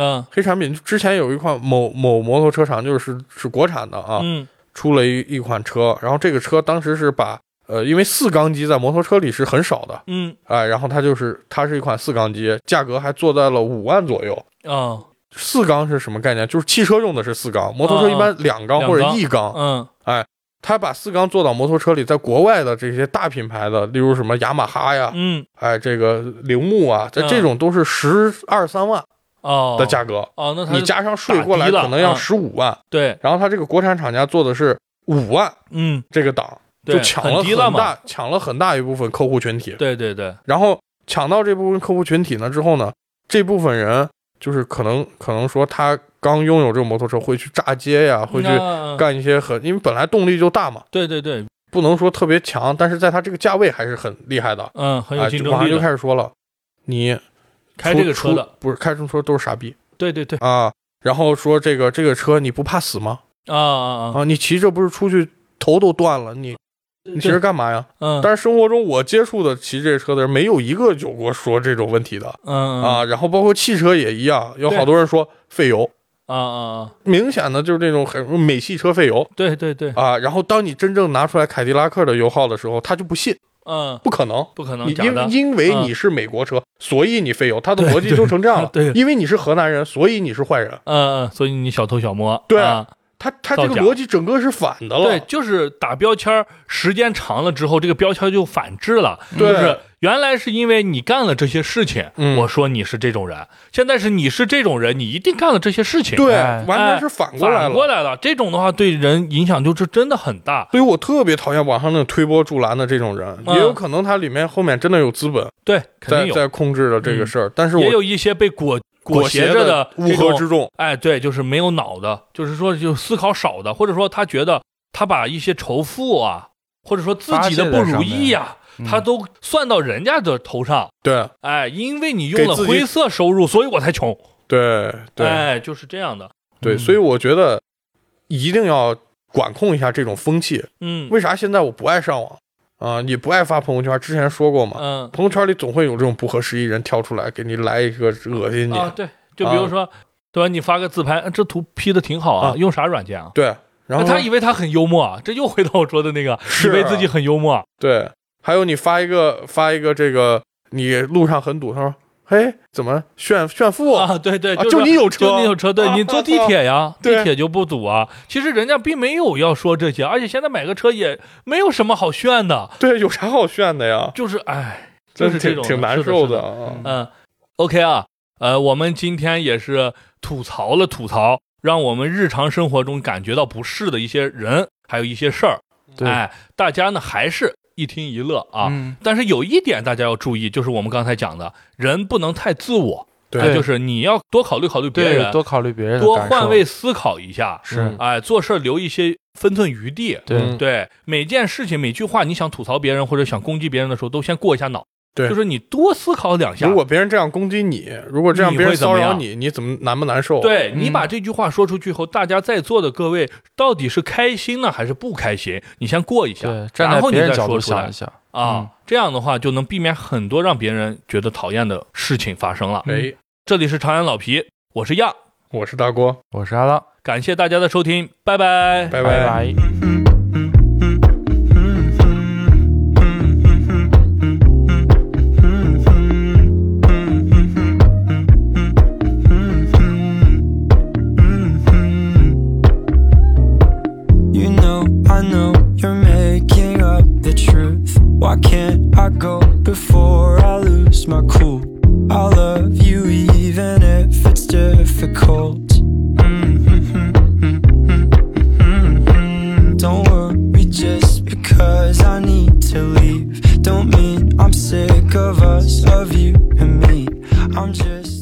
B: 啊
C: 黑产品之前有一款某某摩托车厂就是是国产的啊，
B: 嗯
C: 出了一一款车，然后这个车当时是把呃，因为四缸机在摩托车里是很少的，
B: 嗯
C: 哎，然后它就是它是一款四缸机，价格还做在了五万左右。
B: 啊
C: 四缸是什么概念？就是汽车用的是四缸，摩托车
B: 啊
C: 一般两缸
B: 两
C: 或者
B: 缸
C: 一缸，
B: 嗯
C: 他把四缸做到摩托车里，在国外的这些大品牌的，例如什么雅马哈呀，
B: 嗯
C: 哎，这个铃木啊，在
B: 嗯
C: 这种都是十二三万
B: 哦
C: 的价格，
B: 哦，那他
C: 你加上税过来
B: 打低了
C: 可能要
B: 嗯
C: 十五万。
B: 对
C: 然后他这个国产厂家做的是五万
B: 嗯
C: 这个档，
B: 对
C: 就抢了
B: 很低了嘛，
C: 大抢了很大一部分客户群体。
B: 对对对
C: 然后抢到这部分客户群体呢之后呢，这部分人就是可能可能说他刚拥有这个摩托车会去炸街呀，会去
B: 那
C: 干一些很，因为本来动力就大嘛。
B: 对对对
C: 不能说特别强，但是在它这个价位还是很厉害的。
B: 嗯很有
C: 哎
B: 竞
C: 马
B: 争
C: 上
B: 力
C: 就
B: 的，
C: 开始说了，你
B: 开
C: 出
B: 这个车
C: 出
B: 的
C: 不是开什么车都是傻逼
B: 对对对
C: 啊。然后说这个这个车你不怕死吗？
B: 啊啊啊
C: 啊，你骑着不是出去头都断了，你你骑着干嘛呀？
B: 嗯
C: 但是生活中我接触的骑这车的人，没有一个有过说这种问题的
B: 嗯
C: 啊。然后包括汽车也一样，有好多人说费油，
B: 啊啊啊
C: 明显的就是这种很美系车费油
B: 对对对
C: 啊。然后当你真正拿出来凯迪拉克的油耗的时候，他就不信，
B: 嗯
C: 不可能。
B: 不可
C: 你
B: 能假的
C: 因因为
B: 嗯
C: 你是美国车，所以你费油，他的
B: 对
C: 逻辑就成这样了。
B: 对
C: 因为你是河南人，所以你是坏人。
B: 嗯嗯，所以你小偷小摸
C: 对
B: 啊
C: 他他这
B: 造
C: 个
B: 假
C: 逻辑整个是反的了。
B: 对，就是打标签儿，时间长了之后，这个标签儿就反制了。
C: 对
B: 就是原来是因为你干了这些事情，
C: 嗯
B: 我说你是这种人，现在是你是这种人，你一定干了这些事情。
C: 对
A: 哎
C: 完全是反过来
B: 反
C: 了。
B: 过来了，这种的话对人影响就是真的很大。
C: 所以我特别讨厌网上那种推波助澜的这种人，
B: 嗯
C: 也有可能他里面后面真的有资本
B: 对，肯
C: 在
B: 定有，嗯
C: 在控制着这个事儿，但是
B: 也
C: 我
B: 有一些被裹
C: 裹
B: 挟
C: 挟
B: 着
C: 的乌
B: 这
C: 合
B: 种
C: 之众。
B: 哎，对，就是没有脑的，就是说就思考少的，或者说他觉得他把一些仇富啊，或者说自己的不如意呀、
A: 嗯
B: 他都算到人家的头上。
C: 对
B: 哎，因为你
C: 给
B: 用了
C: 自己
B: 灰色收入，所以我才穷。
C: 对对
B: 哎，就是这样的。
C: 对，
A: 嗯
C: 所以我觉得一定要管控一下这种风气。
B: 嗯
C: 为啥现在我不爱上网啊？也不爱发朋友圈？之前说过嘛，
B: 嗯
C: 朋友圈里总会有这种不合时宜人跳出来给你来一个恶心你。
B: 啊，对，就比如说，对吧？你发个自拍，嗯这图 P 的挺好啊
C: 啊，
B: 用啥软件啊？
C: 对，然后
B: 他以为他很幽默，啊，这又回到我说的那个，以
C: 是啊
B: 为自己很幽默。
C: 对，还有你发一个发一个这个，你路上很堵，他说，嘿，怎么炫炫富？
B: 啊，对对，
C: 啊
B: 是
C: 就你有车
B: 就你有车，对
C: 啊
B: 你坐地铁 呀，
C: 对
B: 地铁就不堵啊。其实人家并没有要说这些，而且现在买个车也没有什么好炫的，
C: 对，有啥好炫的呀？
B: 就是哎， 就
C: 真
B: 是
C: 是
B: 这
C: 挺
B: 种
C: 挺
B: 的
C: 难
B: 是的
C: 受
B: 是的
C: 啊。
A: 嗯
B: 嗯，OK 啊，呃，我们今天也是吐槽了吐槽，让我们日常生活中感觉到不适的一些人，还有一些事儿。
A: 对
B: 哎，大家呢还是一听一乐啊。
A: 嗯
B: 但是有一点大家要注意，就是我们刚才讲的，人不能太自我，
C: 对
B: 哎就是你要多考虑考虑别
A: 对
B: 人，
A: 多考虑别人的
B: 多
A: 感
B: 换
A: 受
B: 位思考一下，
A: 是
B: 哎，做事儿留一些分寸余地。
A: 对
C: 嗯
B: 对每件事情、每句话，你想吐槽别人或者想攻击别人的时候，都先过一下脑。
C: 对
B: 就是你多思考两下
C: 如。果别人这样攻击你，如果这样
B: 你
C: 别人
B: 会怎么
C: 骚扰
B: 样
C: 你，你怎么难不难受？，
B: 对
A: 嗯
B: 你把这句话说出去后，大家在座的各位到底是开心呢还是不开心？你先过一下
A: 对，站
B: 然
A: 在
B: 后你
A: 别人
B: 再
A: 角
B: 说
A: 度
B: 出
A: 想
B: 来
A: 一下，嗯
B: 啊，这样的话就能避免很多让别人觉得讨厌的事情发生了。
C: 哎，
B: 这里是长安老皮，我是亚，
C: 我是大郭，
A: 我是阿浪，
B: 感谢大家的收听，拜拜。
C: 拜
A: 拜
C: 拜。
A: 拜。
D: Mm-hmm. I know you're making up the truth. Why can't I go before I lose my cool? I love you even if it's difficult. Mm-hmm. Don't worry just because I need to leave. Don't mean I'm sick of us, of you and me. I'm just.